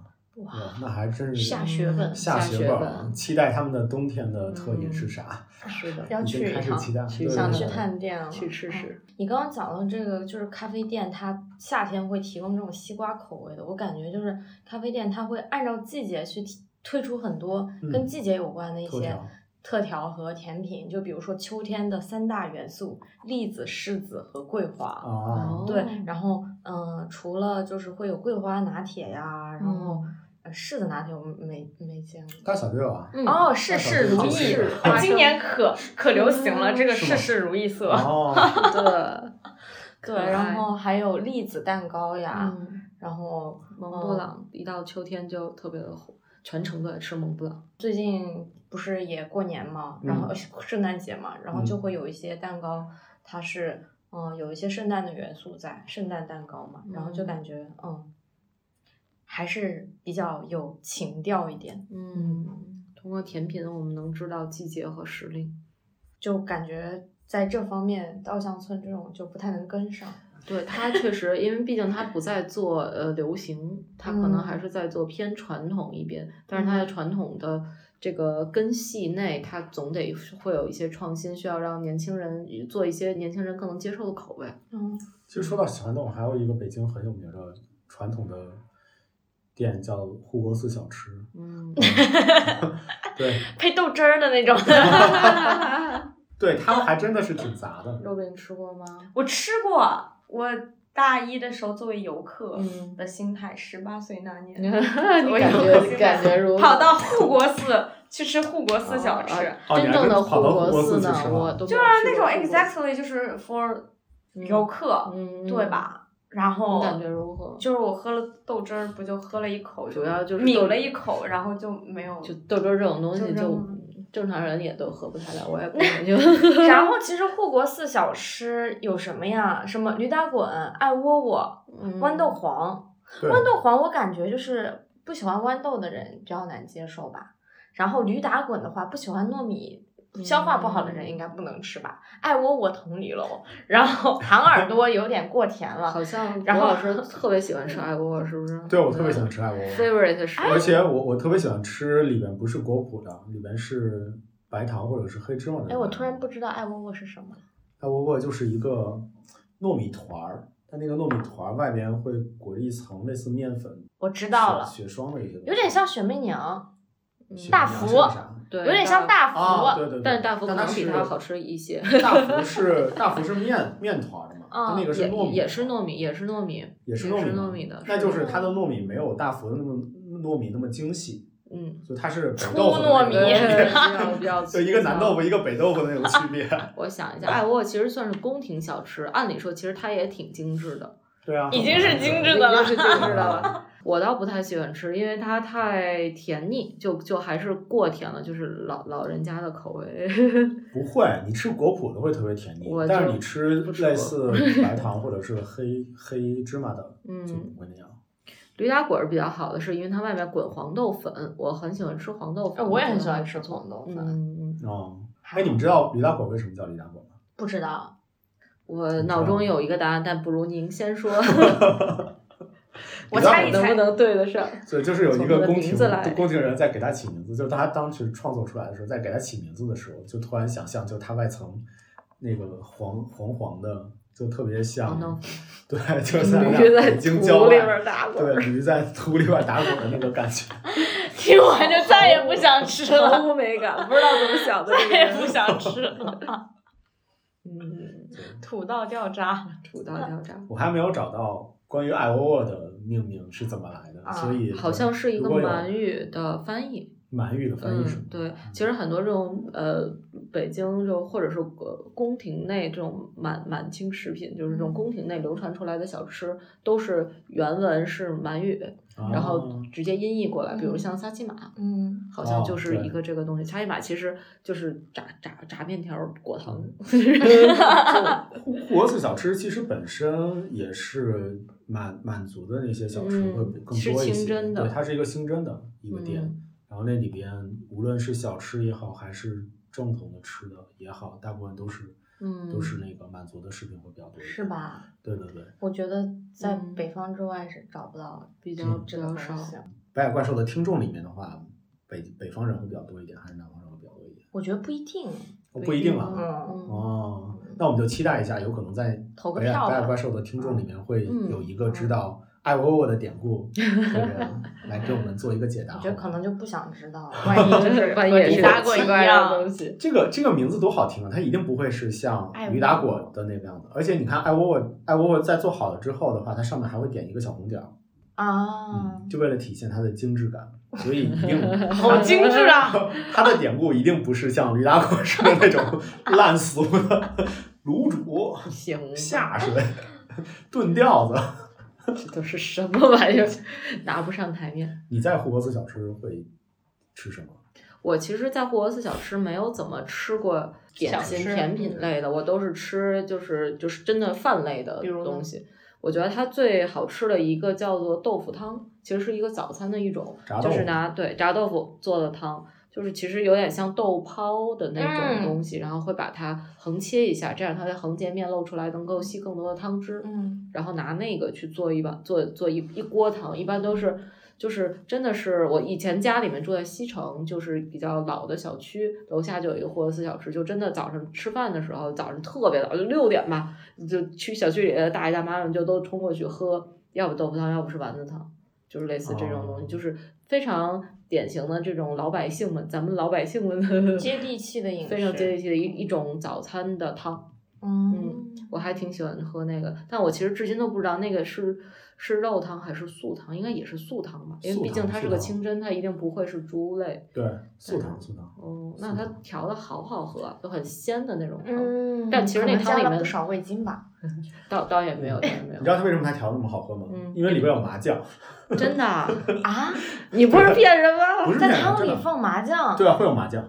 哇，那还真是下血本嗯下下血血本本期待他们的冬天的特饮是嗯啥？是的，要已去经一开始趟，期待，去对想对去对啊探店了，去吃嗯吃。你刚刚讲到这个，就是咖啡店，它夏天会提供这种西瓜口味的，我感觉就是咖啡店它会按照季节去提推出很多跟嗯季节有关的一特些调特调和甜品，就比如说秋天的三大元素：栗子、柿子和桂花。啊，对哦，然后嗯、呃除了就是会有桂花拿铁呀，嗯然后、呃柿子拿铁我们没没见过。大小热 啊。嗯，哦，事事如嗯意是，啊今年可可流行了这个是事吗事如意色。哦，对， 对，可爱然后还有栗子蛋糕呀，嗯，哦然后呃蒙布朗一到秋天就特别的火，全城都在吃蒙布朗。最近不是也过年嘛，然嗯后呃圣诞节嘛，然后就嗯会有一些蛋糕，它是嗯有一些圣诞的元素在，圣诞蛋糕嘛，然后就嗯感觉嗯还是比较有情调一点，嗯，通过甜品我们能知道季节和时令。就感觉在这方面稻香村这种就不太能跟上。对 它确实，因为毕竟它不再做呃流行，它可嗯能还是在做偏传统一边，但是它的嗯传统的这个根系内，它总得会有一些创新，需要让年轻人做一些年轻人更能接受的口味。嗯其实说到传统，还有一个北京很有名的传统的店叫护国寺小吃。嗯， 对，配豆汁儿的那种， 对他们还真的是挺杂的。肉饼吃过 吗？我吃过，我大一的时候作为游客嗯的心态，十八岁那年，你感我有觉感觉如跑到护国 寺去吃护国寺小吃，啊哦你还真正真的跑到护国国寺寺呢去吃，了我都就是啊那种 exactly 就是 for 游客，嗯，对？吧？然后你感觉如何？就是我喝了豆汁儿，不就喝了一口，主要就是抿豆了一口，然后就没有。就豆汁儿这种东西就就扔了正常人也都喝不太来，我也不 能就然 后其实护国寺小吃有什么呀？什么驴打滚、爱窝窝、嗯豌豆黄，对，豌豆黄，我感觉就是不喜欢豌豆的人比较难接受吧。然后驴打滚的话，不喜欢糯米。消化不好的人应该不能吃吧？爱窝窝同驴喽，然后糖耳朵有点过甜嗯了。好像然然后后老师特别喜欢吃爱国锅，是不是？对我特别喜欢吃爱国锅， favorite 是而且我我特别喜欢吃里边不是果脯的，里边是白糖或者是黑芝麻的那哎，种。我突然不知道爱窝窝是什么了。爱窝窝就是一个糯米团儿，它那个糯米团儿外边会裹着一层类似面粉，我知道了，雪雪霜的一些东西，有点像雪媚娘，雪大梨啊福是不是啊嗯对，有点像大啊，福。对对对，但是大福可它能比是它好吃一些大福是大福是面面团儿的嘛，它嗯那个是也糯米，也是糯米，也是糯米，也是也糯米是嘛糯米的那就是是它的糯米没有大福的那么糯米那么精细，嗯，就它是北粗豆腐的糯那米种对对 比较 比较就一个南豆腐一个北豆腐的那种区 别。我想一啊下，艾窝其实算是宫廷小吃，按理说其实它也挺精致的，对啊，已经是精致的已经是精致的了。我倒不太喜欢吃，因为它太甜腻，就就还是过甜了，就是老老人家的口味。 不会，你吃果脯的会特别甜腻我，但是就你吃不吃类果似白糖或者是黑黑芝麻的，就嗯，不会那样。驴打滚儿比较好的是因为它外面滚黄豆粉，我很喜欢吃黄豆哎粉。我也很觉喜得欢还吃不错黄豆嗯粉，嗯嗯哦，哎，你们知道驴打滚为什么叫驴打滚吗？不知道， 我脑中有一个答案，但不如您先说， 我你知道猜我一能猜不，能对 得上？所以就是有一从这个个宫名廷字来宫廷人在给他起名字，就是他当时创作出来的时候，在给他起名字的时候，就突然想象，就他外层那个黄黄黄的，就特别像，黄豆 对，就像驴在北京郊土里外，边打滚对，儿，驴在土里边打滚的那个感觉。听完就再也不想吃毫了，无美感，不知道怎么想的。再也不想吃 了，嗯，土到掉渣了。土到掉渣。我还没有找到关于艾欧沃的命名是怎么来的，啊所以好像是一个如果有满语的翻译，满语的翻译是吗啊嗯，对，其实很多这种呃，北京就或者是呃宫廷内这种满满清食品，就是这种宫廷内流传出来的小吃，都是原文是满语，啊然后直接音译过来，比如嗯像萨琪玛，嗯，好像哦就是对一个这个东西。萨琪玛其实就是炸炸炸面条儿果糖， 嗯库尔斯小吃其实本身也是满满族的那些小吃嗯会更是多一些，清真的嗯对，它是一个清真的一个店，然后那里边无论是小吃也好，还是正统的吃的也好，大部分都是嗯都 是那个满族的食品会比较多，是？吧？对对对，我觉得在嗯北方之外是找不到比较嗯比这个较东少。西。白眼怪兽的听众里面的话，北北方人会比较多一点，还是南方人会比较多一点？我觉得不一定，哦，北不一定啊。京嗯，嗯哦，那我们就期待一下，有可能在哎投个北票海北海吧怪兽的听众里面会嗯有一个知道爱窝窝的典故的人来给我们做一个 解答。我觉得可好吗能就不想知道， 万一就是 万一和也是驴打滚奇一怪的样东。西，这个这个名字多好听啊！它一定不会是像爱窝驴打滚的那个样子，而且你看爱窝窝爱窝窝在做好了之后的话，它上面还会点一个小红点儿，啊嗯，，就为了体现它的精致感。所以一 定好精致啊！ 它的典故一定不是像驴打滚似的那种烂俗的卤煮、行下水、炖吊子。 这都是什么玩意儿，拿不上台面。你在护国寺小吃会吃什么？我其实，在护国寺小吃没有怎么吃过点心、小吃嗯甜品类的，我都是吃就是就是真的饭类的比如呢东西。我觉得它最好吃的一个叫做豆腐汤，其实是一个早餐的一种炸，豆就腐是拿对炸豆腐做的汤，就是其实有点像豆泡的那种嗯东西，然后会把它横切一下，这样它的横截面露出来，能够吸更多的汤汁。嗯，然后拿那个去做一碗做做一一锅汤，一般都是就是真的是我以前家里面住在西城，就是比较老的小区，楼下就有一个霍尔斯小吃，就真的早上吃饭的时候，早上特别早，就六点吧，就去小区里的大爷大妈们就都冲过去喝，要不豆腐汤，要不是丸子汤，就是类似这种东西，哦就是非常典型的这种老百姓们，咱们老百姓们的接地气的饮食， 非常接地气的一一种早餐的汤。嗯，我还挺喜欢喝那个，但我其实至今都不知道那个是是肉汤还是素汤，应该也是素汤吧，因为素毕竟汤它素是个汤清真，它一定不会是猪类。对，素糖素糖。哦，素那它汤调的好好喝啊，就很鲜的那种汤，嗯，但其实可那能汤加里了面不少味精 吧。倒倒也没有，倒也没你 知道有，它为什么它调的那么好喝吗？嗯因为里边有麻酱。真的啊，啊，你不是骗人吗？ 不是在骗人汤真里的放麻酱，对啊，会有麻酱。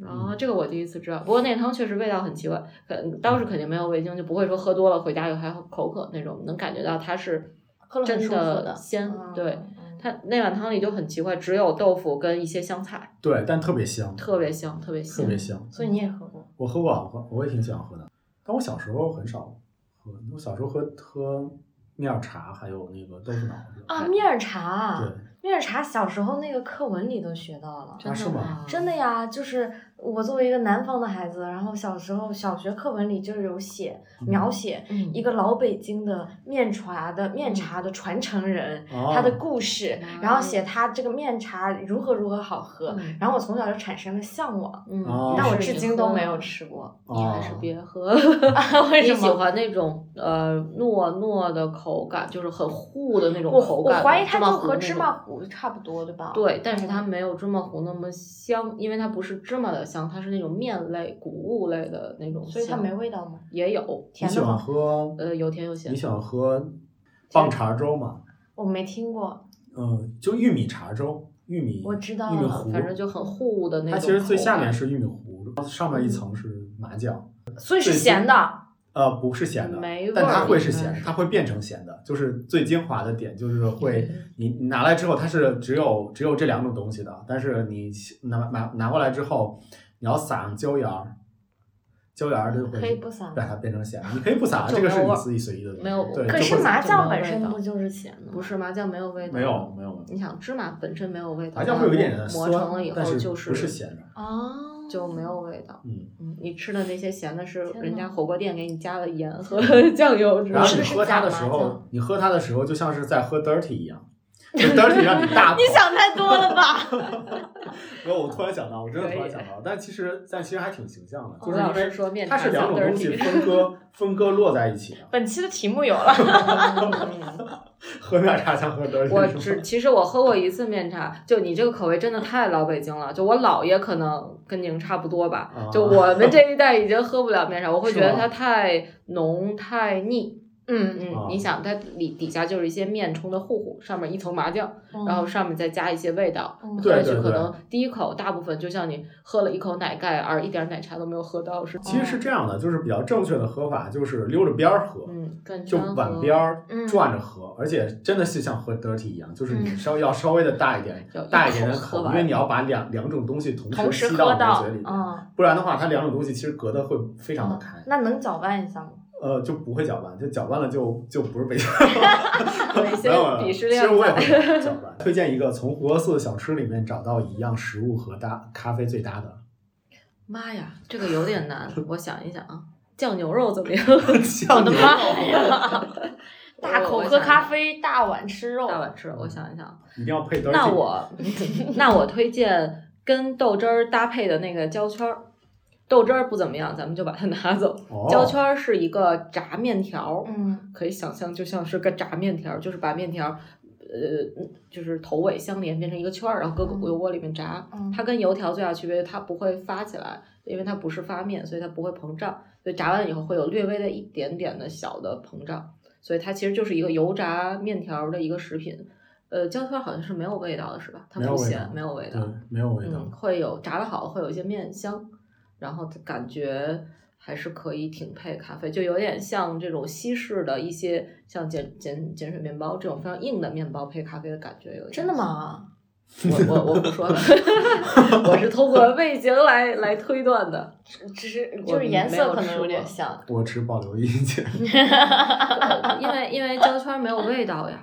啊、这个我第一次知道。不过那汤确实味道很奇怪，可当时肯定没有味精，就不会说喝多了回家有还口渴那种，能感觉到它是喝了很真舒服的鲜。嗯对，，嗯它那碗汤里就很奇怪，只有豆腐跟一些香菜，对，但特别香，特别香，特别特香。别香。所以你也喝过，我喝过啊，我我也挺喜欢喝的。但我小时候很少喝，我小时候喝喝面儿茶，还有那个豆腐脑子。嗯啊，面儿哦茶，对，面儿茶，小时候那个课文里都学到了。啊是吗真的呀，就是我作为一个南方的孩子，然后小时候小学课文里就是有写描写嗯一个老北京的面茶的面茶的传承人，哦他的故事，嗯然后写他这个面茶如何如何好喝，嗯然后我从小就产生了向往，嗯哦但我是至今都没有，吃过。你还是哦别 喝。为你什喜么？欢那种呃糯糯的口感，就是很糊的那种我口我感吗。怀疑它就糊和那芝种麻糊差不多，对吧？对，但是它没有芝麻糊那么香，因为它不是芝麻的香，它是那种面类、谷物类的那种香。所以它没味道吗？也有你甜喜的欢吗？喝？呃，有甜有咸你。喜欢喝棒碴粥吗？我没听过，呃，就玉米茶粥，玉米我知道玉米了糊，反正就很糊的那种口感。嗯它其实最下面是玉米糊，上面一层是麻酱，所以是咸的。呃，不是咸的没味，儿但它会是应咸该的，是它会变成咸的，就是最精华的点就是会你你拿来之后，它是只有只有这两种东西的，但是你拿拿拿过来之后，你要撒上椒盐儿，椒盐儿就可以会不撒把它变成咸的，你可以不撒，就这个没是有你味儿自己随意的东西，没有对，可就是会麻酱就本没有味身道不就是咸的吗？不是麻酱没有味道，没有没有。你想芝麻本身没有味道，麻酱会有一点然点后酸，嗯磨成了以但后是就不是咸的，哦，就没有味道。嗯，嗯，你吃的那些咸的是天人呐家火锅店给你加了盐和 酱油之类然后是你不是喝的。假它的麻时候酱，你喝它的时候就像是在喝 dirty 一 样，就 dirty 让你大口。你想太多了吧？然后我突然想到，我真的突可然以哦想到，但其实但其实还挺形象的， 胡就是老因师为说面它茶是两像种东西 dirty，分割 分割落在一起的，本期的题目有了，嗯喝面茶像喝 dirty 我是吗只其实我喝过一次面茶，就你这个口味真的太老北京了，就我姥爷可能跟您差不多吧，啊就我们这一代已经喝不了面茶，我会是觉得吗它太浓太腻。嗯，嗯啊，你想它里底下就是一些面冲的糊糊，上面一层麻酱，然后上面再加一些味道，嗯喝下对去对可对能第一口大部分就像你喝了一口奶盖，而一点奶茶都没有喝到是。其实是这样的，就是比较正确的喝法就是溜着边儿喝，嗯，转就圈儿碗喝边儿嗯转着喝，而且真的是像喝 dirty 一样，就是你嗯稍要稍微的大一点有一，大一点的口喝口，完因为你要把两两种东西同同时时吸到喝你的到嘴里，面，嗯，不然的话，它两种东西其实隔的会非常的嗯开，那能搅拌一下吗？呃，就不会搅拌，就搅拌了就就不是北京。有一些没有没鄙有，视其链实我也在。会搅拌。推荐一个从胡俄寺小吃里面找到一样食物和搭咖啡最搭的妈呀，这个有点 难，我想一想啊，酱牛肉怎么样？ 酱我牛的肉，妈呀！大口喝咖啡，大碗吃肉。大碗吃，我想一想啊，一定要配 dirty。那我 那我推荐跟豆汁儿搭配的那个焦圈儿，豆汁儿不怎么样，咱们就把它拿走。哦焦圈儿是一个炸面条，嗯可以想象就像是个炸面条儿，就是把面条儿。呃，就是头尾相连变成一个圈儿，然后搁嗯油锅里面炸。嗯它跟油条最大区别，它不会发起来，因为它不是发面，所以它不会膨胀。所以炸完以后会有略微的一点点的小的膨胀，所以它其实就是一个油炸面条儿的一个食品。呃，焦圈儿好像是没有味道的，是吧？它没有不味道咸，没有味道对。没有味道嗯，，会有炸的好，会有一些面香，然后感觉还是可以挺配咖啡，就有点像这种西式的一些像碱碱碱水面包这种非常硬的面包配咖啡的感觉，有一点真的？吗？我我我不说了， 我是通过味觉来来推断的。只是我就是颜色可能没有吃有点过像。我持保留意见。呃 因为因为焦圈没有味道呀，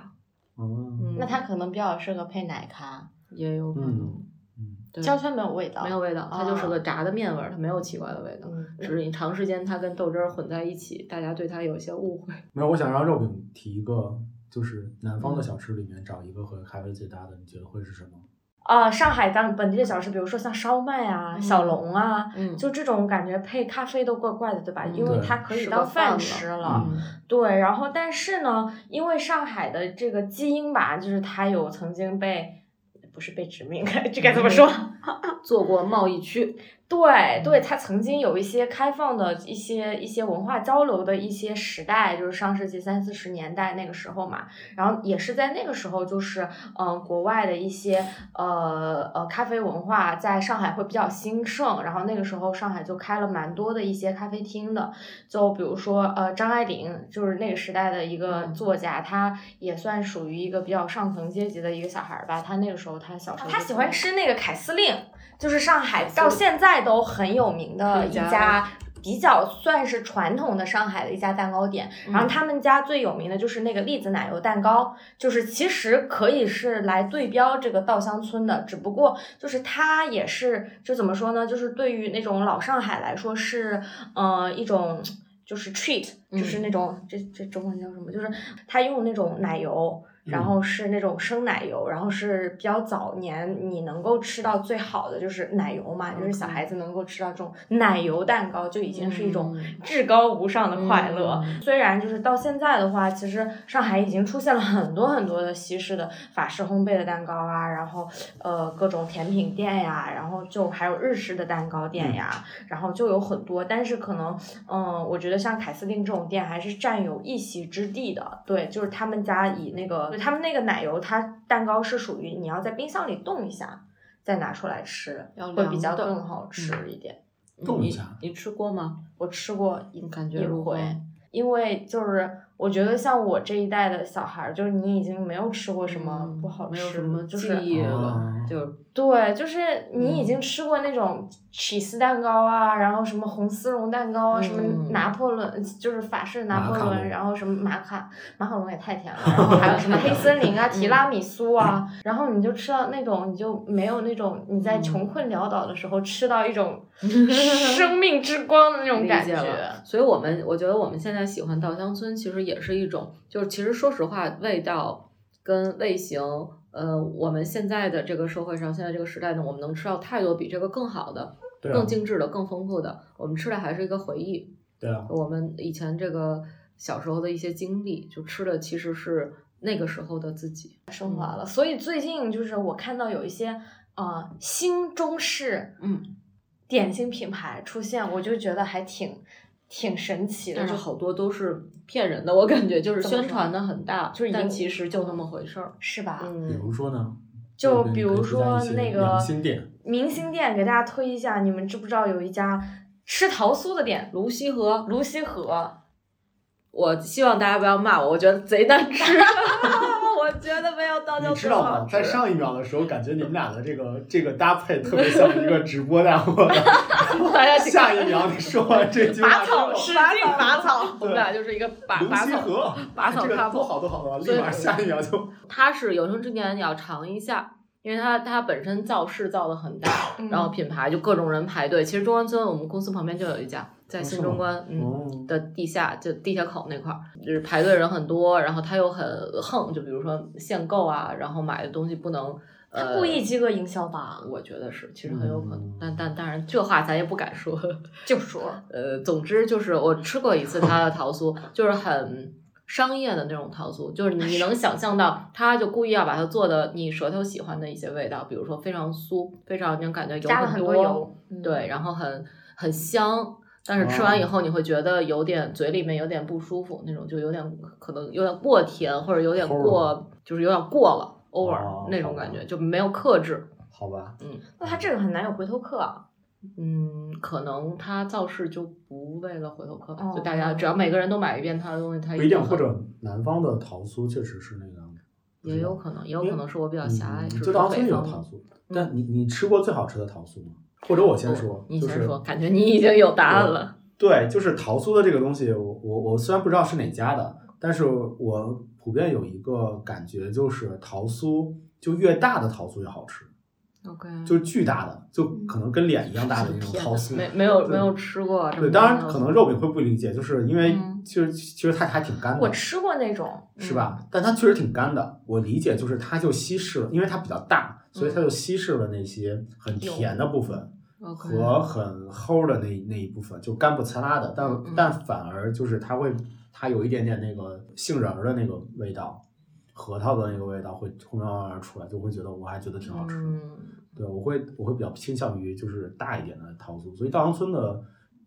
嗯嗯，那它可能比较适合配奶咖，也有可能嗯嗯，对焦圈没有味道。没有味道，它就是啊个炸的面味儿，它没有奇怪的味道。嗯，哦只是你长时间它跟豆汁儿混在一起，大家对它有一些误会。没有，我想让肉饼提一个，就是南方的小吃里面找一个和咖啡最搭的，你觉得会是什么？啊，上海当本地的小吃，比如说像烧麦啊、嗯小笼啊，嗯就这种感觉配咖啡都怪怪的，对吧？嗯因为对它可以是当个饭饭了吃了。嗯对，然后但是呢，因为上海的这个基因吧，就是它有曾经被，不是被殖民， 这该怎么说？做过贸易区，对对，它曾经有一些开放的一些一些文化交流的一些时代，就是上世纪三四十年代那个时候嘛。然后也是在那个时候，就是嗯、呃国外的一些呃呃咖啡文化在上海会比较兴盛。然后那个时候上海就开了蛮多的一些咖啡厅的，就比如说呃张爱玲，就是那个时代的一个嗯作家，她也算属于一个比较上层阶级的一个小孩儿吧。她那个时候她小时候她哦她喜喜欢欢吃那个凯司令。就是上海到现在都很有名的一是一家家比较算是传统的上海的一家蛋糕店，嗯然后他们家最有名的就是那个栗子奶油蛋糕，就是其实可以是来对标这个稻香村的，只不过就是它也是就怎么说呢，就是对于那种老上海来说是呃一种。就是 treat，嗯就是那种、这这中文叫什么？就是它用那种奶油，然嗯后是那种生奶油，然后是比较早年你能够吃到最好的就是奶油嘛，就是嗯小孩子能够吃到这种奶油蛋糕，就已经是一种嗯至高无上的快乐。嗯虽然就是到现在的话，其实上海已经出现了很多很多的西式的法式烘焙的蛋糕啊，然后呃各种甜品店呀，然后就还有日式的蛋糕店呀，然后就有很多，但是可能，嗯，我觉得像凯司令这种店还是占有一席之地的。对，就是他们家以那个对他们那个奶油，它蛋糕是属于你要在冰箱里冻一下，再拿出来吃，要会比较凉的更好吃一点。冻一你下你吃过吗？我吃过一感觉一如何回，因为就是我觉得像我这一代的小孩儿，就是你已经没有吃过什么嗯不好没有吃什的，么就记是忆嗯哦了， 就对，就是你已经吃过那种起司蛋糕啊，然后什么红丝绒蛋糕啊，什么嗯拿破仑，就是法式拿破马卡龙仑，然后什么马卡马卡龙也太 甜了，然后还有什么黑森林啊、提拉米苏啊，嗯然后你就吃到那种，你就没有那种你在嗯穷困潦倒的时候吃到一种生命之光的那种理感解觉。了。所以我们我觉得我们现在喜欢稻香村，其实也是一种，就是其实说实话，味道跟味型。呃，我们现在的这个社会上，现在这个时代呢，我们能吃到太多比这个更好的、对啊更，精致的、更丰富的。我们吃的还是一个回忆，对啊，我们以前这个小时候的一些经历，就吃的其实是那个时候的自己。升华了。所以最近就是我看到有一些呃新中式嗯点心品牌出现，我就觉得还挺挺神奇的，嗯但是就好多都是骗人的，我感觉就是嗯怎么宣传的很大，就是已但经其实就那么回事儿。是吧？比嗯，如说呢，就这边比可以如推荐说一些那个良心店，明星店，给大家推一下，你们知不知道有一家吃桃酥的店？泸溪河，泸溪 河， 我希望大家不要骂我，我觉得贼难吃， 我觉得没有稻香你知村道好吗？吃在。上一秒的时候，感觉你们俩的这个这个搭配特别像一个直播带 货的。大家请 下一秒你说完这句话拔之后，草失敬拔草。 我们俩就是一个拔泸拔溪草，河，拔草这个 couple 多好多好多好，所以立马下一秒 就它是有生之年你要尝一下，因为它它本身造势造的很大，嗯然后品牌就各种人排队。其实中关村我们公司旁边就有一家，在新中关，嗯。哦，的地下就地铁口那块儿，就是排队人很多，然后它又很横，就比如说限购啊，然后买的东西不能，他呃，故意饥饿营销吧，我觉得是，其实很有可能，嗯但但当然这话咱也不敢说，就说 呃，总之就是我吃过一次他的桃酥，就是很商业的那种桃酥，就是你能想象到，他就故意要把它做的你舌头喜欢的一些味道，比如说非常酥，非常能感觉油加了很多，多油，嗯对，，然后很很香。但是吃完以哦后，你会觉得有点嘴里面有点不舒服，那种就有点可能有点过甜，或者有点齁过，就是有点过了哦，over 那种感觉，就没有克制。好吧，那他这个很难有回头客啊。嗯，可能他造势就不为了回头客吧，哦就大家只要每个人都买一遍他的东西，他不一定，很或者南方的桃酥确实是那个，不也知道有可能，也有因为可能是我比较狭隘，嗯只就是稻香北村有方桃嘛酥，但你你吃过最好吃的桃酥吗？或者我先说，哦你就先是说，感觉你已经有答案 我了。对，就是桃酥的这个东西，我我我虽然不知道是哪家的，但是我普遍有一个感觉，就是桃酥就越大的桃酥越好吃， OK，就是巨大的，就可能跟脸一样大的那种天桃哪酥。没没有对没有吃过这么对，大当的然东西，可能肉饼会不理解，就是因为嗯其实其实它还挺干我的，吃过那种，是吧？但它确实挺干的。我理解就是它就稀释了，因为它比较大，所以它就稀释了那些很甜的部分。 OK 和很齁的那那一部分，就干不呲啦的，但、嗯嗯但反而就是它会，它有一点点那个杏仁儿的那个味道，核桃的那个味道会会慢慢出来，就会觉得我还觉得挺好吃。嗯对，我会我会比较倾向于就是大一点的桃酥，所以稻香村的，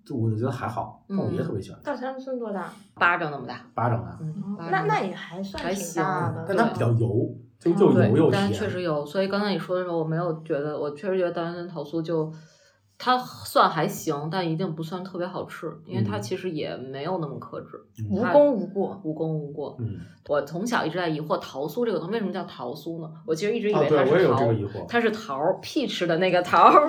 就我就觉得还好，但我嗯爷特别喜欢稻香村多大？巴掌那么大，巴掌啊，嗯，巴哦那掌那也还算还挺行大的，但它对比较油，就嗯又啊对油又，但甜。确实有。所以刚才你说的时候，我没有觉得，我确实觉得稻香村桃酥就它算还行，但一定不算特别好吃，因为它嗯其实也没有那么克制，无它功无过。无功无过。嗯，我从小一直在疑惑桃酥这个东西为什么叫桃酥呢？我其实一直以哦，为它对，我也是有桃，这个疑惑。它是桃儿 peach 的那个桃 儿，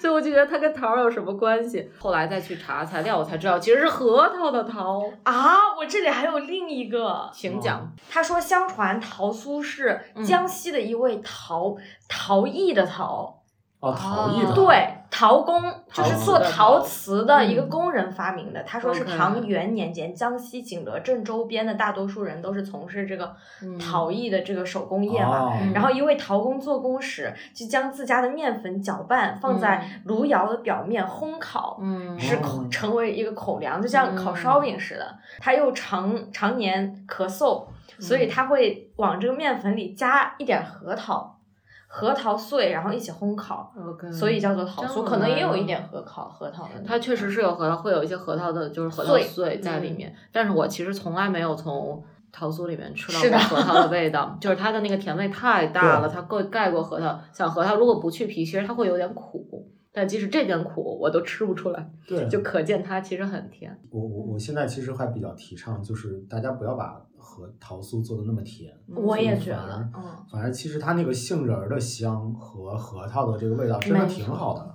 所以我就觉得它跟桃儿有什么关系。后来再去查材料，我才知道其实是核桃的桃。啊，我这里还有另一个，哦请讲，他说，相传桃酥是嗯江西的一位陶、陶艺的陶，哦，陶艺的，啊对，陶工就是陶瓷做的陶陶瓷的嗯一个工人发明的。他说是 OK 唐元年间，江西景德镇周边的大多数人都是从事这个嗯陶艺的这个手工业嘛。哦嗯然后一位陶工做工时，就将自家的面粉搅拌放在炉窑的表面烘烤，嗯是哦口成为一个口粮，就像烤嗯烧饼似的。它又常常年咳嗽，所以嗯它会往这个面粉里加一点核桃，核桃碎，然后一起烘烤，哦，OK，所以叫做桃酥。真可能也有美一啊点核桃核桃的。嗯它确实是有核桃，会有一些核桃的，就是核桃碎碎在里嗯面。但是我其实从来没有从桃酥里面吃到是的过核桃 的味道，就是它的那个甜味太大了，它盖盖过核桃。像核桃如果不去皮，其实它会有点苦，但即使这点苦我都吃不出来，对，就可见它其实很甜。我我我现在其实还比较提倡，就是大家不要把核桃酥做的那么甜，我也嗯觉反而得，嗯，反而其实它那个杏仁儿的香和核桃的这个味道真的没挺错好的。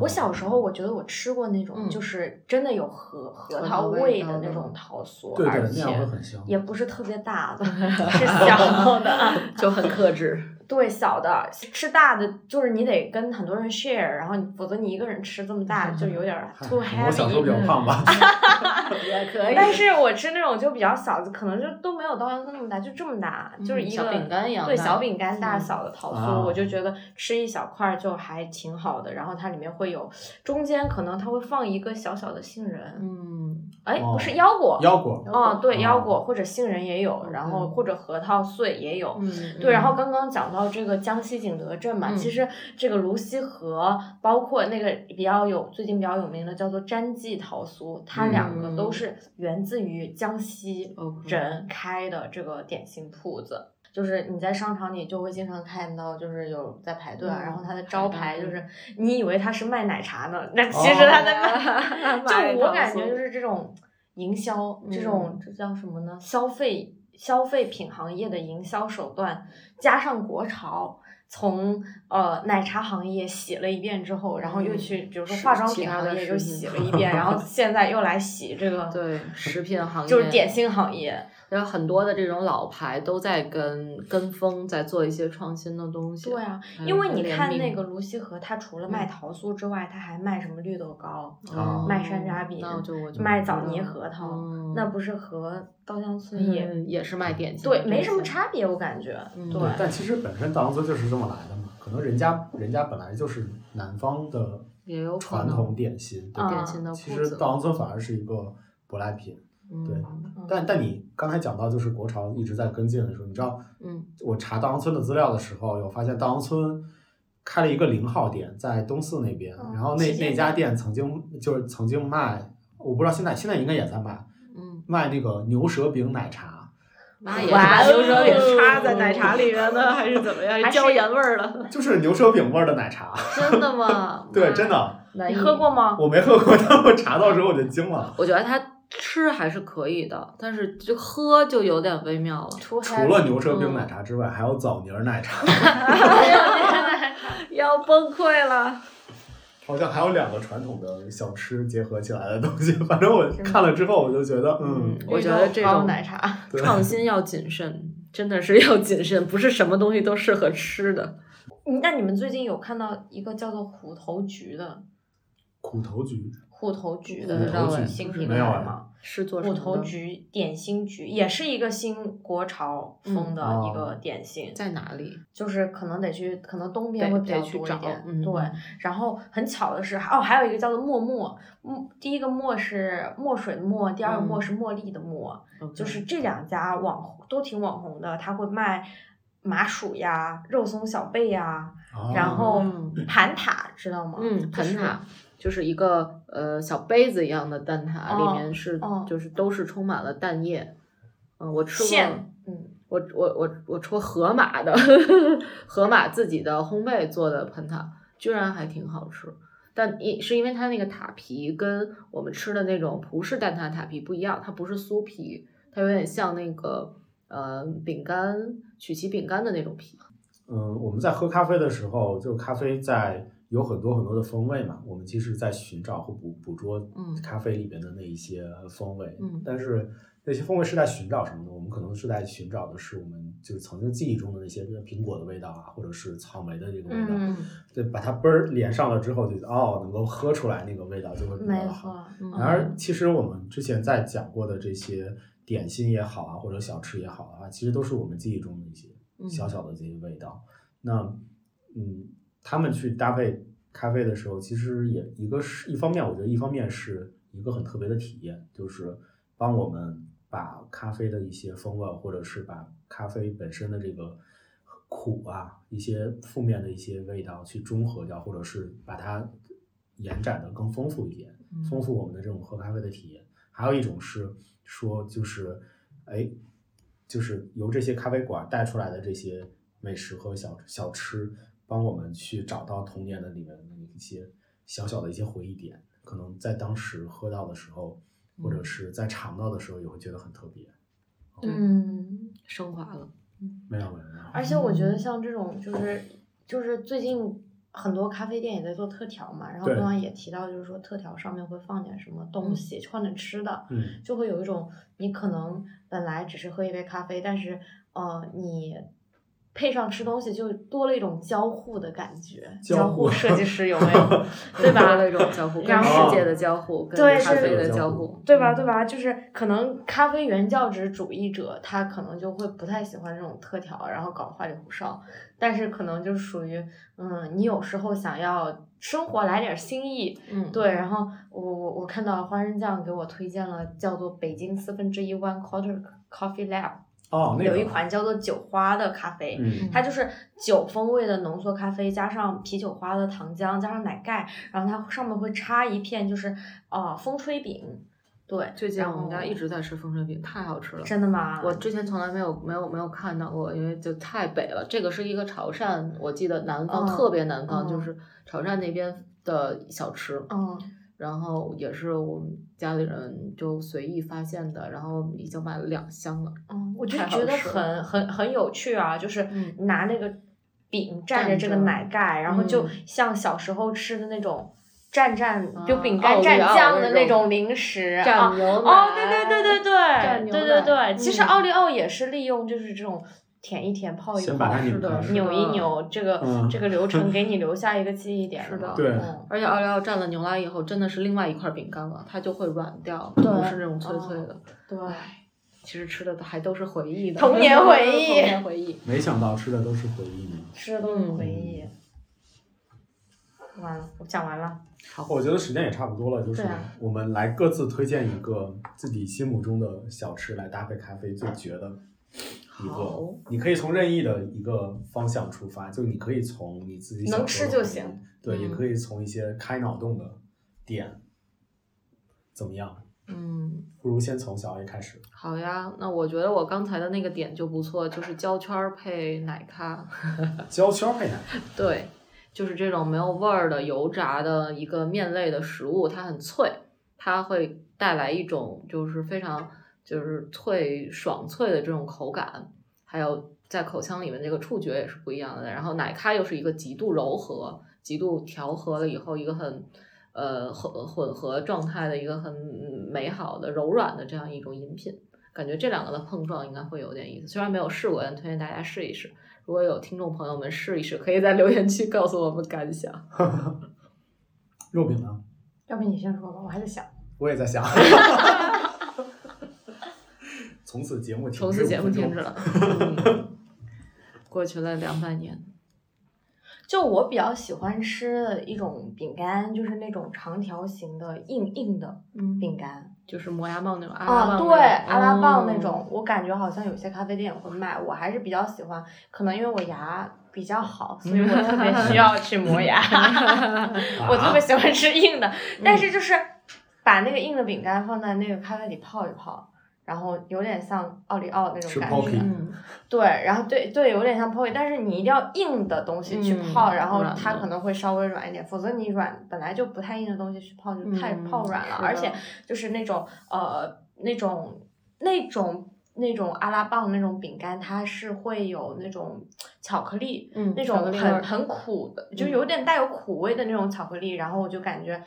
我嗯小时候我觉得我吃过那种嗯就是真的有核核核桃桃味味道的那的种桃酥，对对而，那且样会很香。也不是特别大 的，是小的。嗯就很克 制。对，小的吃大的，就是你得跟很多人 share，然后你否则你一个人吃这么大就有点 儿嗨 too 哎我小时候比 heavy。较胖吧， 也可但是我吃那种就比较小，的，可能就都没有稻香村那么大，就这么大，就是一个嗯小饼干一样对大小嗯饼干大嗯小的桃酥，啊我就觉得吃一小块儿就还挺好的。然后它里面会有中间可能它会放一个小小的杏仁，嗯，哎、哦不是腰果，腰果腰哦果对腰哦果或者杏仁也有，然后嗯或者核桃碎也有，嗯，对，然后刚刚讲到这个江西景德镇嘛，嗯其实这个泸溪河，包括那个比较有最近比较有名的叫做詹记桃酥，它两个都嗯哦是源自于江西 OK 人开的这个点心铺子。就是你在商场里就会经常看到，就是有在排队啊，嗯然后它的招牌排就队嗯是，你以为它是卖奶茶呢，那其实它在 卖，买就我桃嗯感觉酥就是这种营销，这种这叫什么呢？消费消费品行业的营销手段，加上国潮。从呃奶茶行业洗了一遍之后，然后又嗯去比如说是化妆其品他行的业食又品洗了一遍，然 后现在又来洗这个，对食品行业就是点心行业，然后很多的这种老牌都在跟跟风，在做一些创新的东西。对啊，还有因为跟你联看那名个泸溪河，它除了卖嗯桃酥之外，它还卖什么绿豆糕，啊哦卖山楂饼那就我就卖不枣知泥道核桃哦那不是和稻香村也嗯也是卖点心的对东西，没什么差别，我感觉嗯 对对，但其实本身稻香村就是这么来的嘛，可能人家人家本来就是南方的也有可传能统点心，对啊吧？点心的其铺实子。稻香村反而是一个舶来品。对嗯但但你刚才讲到就是国潮一直在跟进的时候，你知道嗯我查稻香村的资料的时候，有发现稻香村开了一个零号店，在东四那边，嗯然后那旗舰那家店曾经就是曾经卖，我不知道现在现在应该也在卖 嗯，卖那个牛舌饼奶茶，妈也哇是牛舌饼哦插在奶茶里面呢，还是怎么样？还是椒盐味儿了？就是牛舌饼味儿的奶茶，？真的吗 对，妈真。的，难你以喝过？吗？我没喝过，但我查到之后我就惊了。我觉得它吃还是可以的，但是就喝就有点微妙了。除除了牛舌饼奶茶之外，还有枣泥儿奶茶， 要崩溃了。好像还有两个传统的小吃结合起来的东西。反正我看了之后，我就觉得，嗯，我觉得这种奶茶，对创新要谨慎，真的是要谨慎，不是什么东西都适合吃的。嗯 那你们最近有看到一个叫做虎头菊的苦头橘，虎头菊不的知道这哎个新不品知牌道哎吗？是做什虎么头的？菊点心菊也是一个新国潮风的嗯一个哦点心，在哪里？就是可能得去，可能东边得会比较得去多一找点。。嗯，对，然后很巧的是，哦，还有一个叫做沫沫，沫第一个沫是墨水的沫，第二个沫嗯是茉莉的沫， OK 就是这两家网红都挺网红的，他会卖麻薯呀、肉松小贝呀，啊然后嗯盘塔，知道吗？嗯，啊就盆是塔就是一个呃小杯子一样的蛋挞，哦里面是哦就是都是充满了蛋液。嗯，我吃过馅，，嗯，我我我我吃过河马的，河马自己的烘焙做的盆塔，居然还挺好吃。但因是因为它那个塔皮跟我们吃的那种葡式蛋挞塔皮不一样，它不是酥皮，它有点像那个呃饼干曲奇饼干的那种皮。嗯，我们在喝咖啡的时候，就咖啡在有很多很多的风味嘛，我们其实在寻找和捕捕捉嗯咖啡里边的那一些风味，嗯但是那些风味是在寻找什么呢？我们可能是在寻找的是我们就是曾经记忆中的那些苹果的味道啊，或者是草莓的这个味道，嗯对，把它嘣儿连上了之后就，哦，能够喝出来那个味道就会比没较好。错，嗯然而，其实我们之前在讲过的这些点心也好啊，或者小吃也好啊，其实都是我们记忆中的一些嗯小小的这些味道。那，嗯，他们去搭配咖啡的时候，其实也一个是一方面，我觉得一方面是一个很特别的体验，就是帮我们把咖啡的一些风味，或者是把咖啡本身的这个苦啊，一些负面的一些味道去中和掉，或者是把它延展的更丰富一点。嗯丰富我们的这种喝咖啡的体验。还有一种是说，就是哎，就是由这些咖啡馆带出来的这些美食和小小吃，帮我们去找到童年的里面的一些小小的一些回忆点，可能在当时喝到的时候，或者是在尝到的时候，也会觉得很特别。嗯，升华了。没有没有没有，而且我觉嗯得像这种就是就是最近很多咖啡店也在做特调嘛，然后对刚刚也提到，就是说特调上面会放点什么嗯东西，放点吃的，嗯，就会有一种你可能本来只是喝一杯咖啡，但是呃你。配上吃东西，就多了一种交互的感觉。交交互设计师有没有？ 对吧多了一种交互，然跟后世界的交互，嗯跟对咖是啡的有交交互，对吧？对吧？就是可能咖啡原教旨主义者，他可能就会不太喜欢这种特调，然后搞花里胡哨。但是可能就是属于，嗯，你有时候想要生活来点新意，嗯，对。然后我我我看到花生酱给我推荐了叫做北京四分之一 One Quarter Coffee Lab，、哦，那有个一，款叫做酒花的咖啡，嗯，它就是酒风味的浓缩咖啡，加上啤酒花的糖浆，加上奶盖，然后它上面会插一片就是呃风吹饼，对，最近然我们家后一直在吃风吹饼，太好吃了。真的吗？我之前从来没有没有没有看到过，因为就太北了。这个是一个潮汕，我记得南方、嗯特别南方，嗯就是潮汕那边的小吃，嗯然后也是我们家里人就随意发现的，然后已经买了两箱了。嗯，我就太好觉得吃很很很有趣啊，就是嗯拿那个饼蘸蘸着这个着奶盖，然后就嗯像小时候吃的那种蘸蘸、就啊饼干奥利蘸奥酱那的那种种零食啊蘸牛奶哦，对对对对蘸对，牛对对奶对，其实嗯奥利奥也是利用就是这种舔一舔、泡一先把泡它，拧是的开，是扭一的扭，这个、嗯这个流 程给你留下一个记忆点是的嘛对嗯而且奥利奥蘸了牛奶以后，真的是另外一块饼干了，它就会软掉，对不是那种脆脆的。对，其实吃的还都是回忆的，童年回忆 童年回忆。没想到吃的都是回忆呢。吃的都是回嗯忆。完了，我讲完了。我觉得时间也差不多了，就是对啊我们来各自推荐一个自己心目中的小吃来搭配咖啡最绝的一好个。你可以从任意的一个方向出发，就你可以从你自己能小时候吃的就回忆行，对，嗯也可以从一些开脑洞的点，怎么样？嗯，不如先从小 A 开始。好呀，那我觉得我刚才的那个点就不错，就是胶圈儿配奶咖，焦圈配奶，对，就是这种没有味儿的油炸的一个面类的食物，它很脆，它会带来一种就是非常就是脆爽脆的这种口感，还有在口腔里面这个触觉也是不一样的。然后奶咖又是一个极度柔和、极度调和了以后一个很。呃，混混合状态的一个很美好的、柔软的这样一种饮品，感觉这两个的碰撞应该会有点意思。虽然没有试过，但推荐大家试一试。如果有听众朋友们试一试，可以在留言区告诉我们感想。肉饼呢？要不你先说吧，我还在想。我也在想。从此节目停止从此节目五分钟停止 了，嗯、过去了两百年。就我比较喜欢吃的一种饼干，就是那种长条形的硬硬的嗯饼干就是磨牙棒那种嗯阿拉棒那啊，种、对，阿拉棒那嗯种，我感觉好像有些咖啡店也会卖，我还是比较喜欢，可能因为我牙比较好，所以我特别需要去磨 牙，啊我特别喜欢吃硬嗯的，但是就是把那个硬的饼干放在那个咖啡里泡一泡。然后有点像奥利奥那种吃感 pocky 觉，嗯，对，然后对对，有点像 p o 但是你一定要硬的东西去嗯泡，然后软它的可能会稍微软一点，否则你软本来就不太硬的东西去泡就太嗯泡软了，是而的且就是那种呃那种那种那种阿拉棒那种饼干，它是会有那种巧克力。嗯那巧克种力味儿很很苦的，就嗯有点带有苦味的那种巧克力，然后我就感觉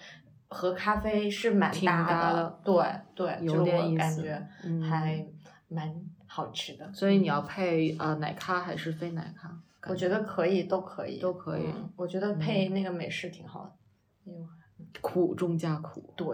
和咖啡是蛮挺搭搭的的，对对，就有是点我意感思觉嗯还蛮好吃的。所以你要配呃奶咖还是非奶咖？我觉得可以，都可以，都可以嗯我觉得配那个美式挺好的。嗯、苦中加苦。对，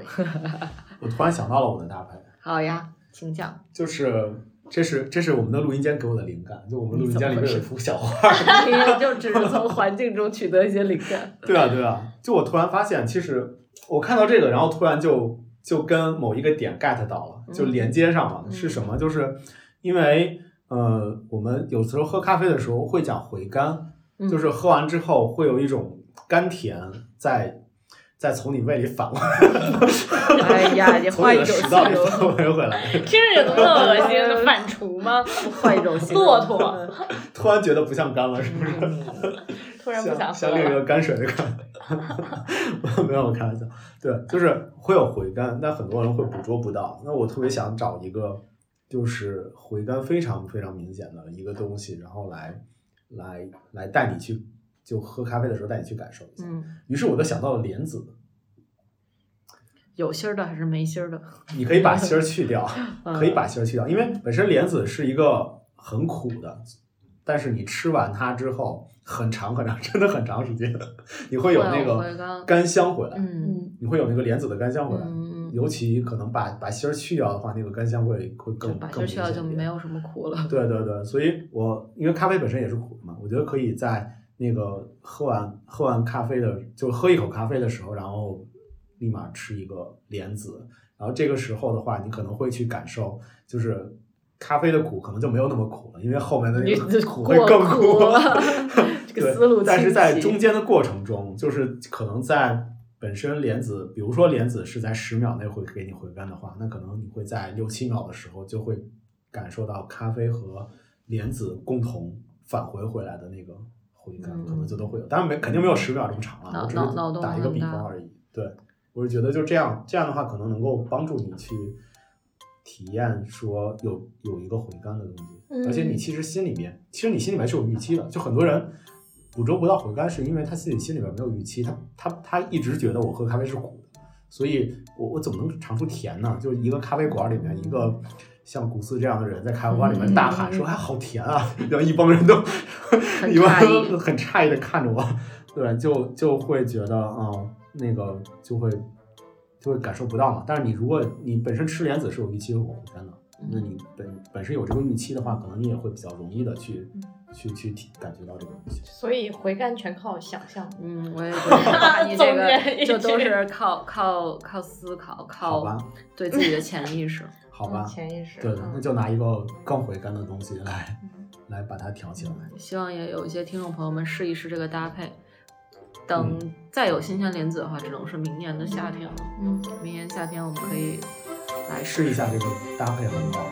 我突然想到了我的搭配，好呀，请讲。 就是这是这是我们的录音间给我的灵感，就我们录音间里面有一幅小画。你就只是从环境中取得一些灵 感。 对啊对啊，就我突然发现，其实我看到这个，然后突然就就跟某一个点 get 到了，就连接上了。嗯是什么？就是因为呃，我们有时候喝咖啡的时候会讲回甘，嗯就是喝完之后会有一种甘甜在再从你胃里反过来，哎呀，也从换你一的种食形道里容，反回回来，听着有那么恶心 的反刍吗？换一种形容，骆驼突然觉得不像干了，是不是？突然不像想喝像另一了。个泔水的感觉。 没有，我开玩笑。对，就是会有回甘，但很多人会捕捉不到。那我特别想找一个，就是回甘非常非常明显的一个东西，然后来来来带你去，就喝咖啡的时候带你去感受一下。嗯，于是我就想到了莲子，有芯儿的还是没芯儿的？你可以把芯儿去掉，嗯可以把芯儿去掉，因为本身莲子是一个很苦的，但是你吃完它之后，很长很长，真的很长时间，你会有那会有回个甘甘香回来。嗯嗯，你会有那个莲子的干香回来，嗯，尤其可能把把芯儿去掉的话，那个干香会会就更把更芯儿明显去掉就一点没。有什么苦了。对对对，所以我因为咖啡本身也是苦的嘛，我觉得可以在那个喝完喝完咖啡的，就喝一口咖啡的时候，然后立马吃一个莲子，然后这个时候的话，你可能会去感受就是。咖啡的苦可能就没有那么苦了，因为后面的那你个苦 会过更苦了 这个对思路但是清在晰中间的过程中，就是可能在本身莲子，比如说莲子是在十秒内会给你回甘的话，那可能你会在六七秒的时候就会感受到咖啡和莲子共同返回回来的那个回甘，嗯可能就都会有。当然没肯定没有十秒这么长了，脑我只脑脑是洞打一个很比大方而已。对，我是觉得就这样，这样的话可能能够帮助你去。体验说有有一个回甘的东西，嗯而且你其实心里面，其实你心里面是有预期的。就很多人捕捉不到回甘，是因为他自己心里面没有预期，他他他一直觉得我喝咖啡是苦的，所以我我怎么能尝出甜呢？就一个咖啡馆里面，一个像古斯这样的人在咖啡馆里面大喊说：“哎，好甜啊！”然后一帮人都很一帮诧异人很诧异的看着我，对，就就会觉得啊、那个就会就会感受不到嘛。但是你如果你本身吃莲子是有预期有回甘的，嗯那你本本身有这个预期的话，可能你也会比较容易的去嗯去去体感觉到这个东西。所以回甘全靠想象。嗯，我也觉得你这总结个一就都句是靠靠靠思考，好靠吧，对自己的潜意识。好吧，潜意识。对啊的，那嗯就拿一个更回甘的东西来嗯来把它挑起来。希望也有一些听众朋友们试一试这个搭配。等再有新鲜莲子的话，只能是明年的夏天了。嗯。明年夏天我们可以来试试一下这个搭配很好。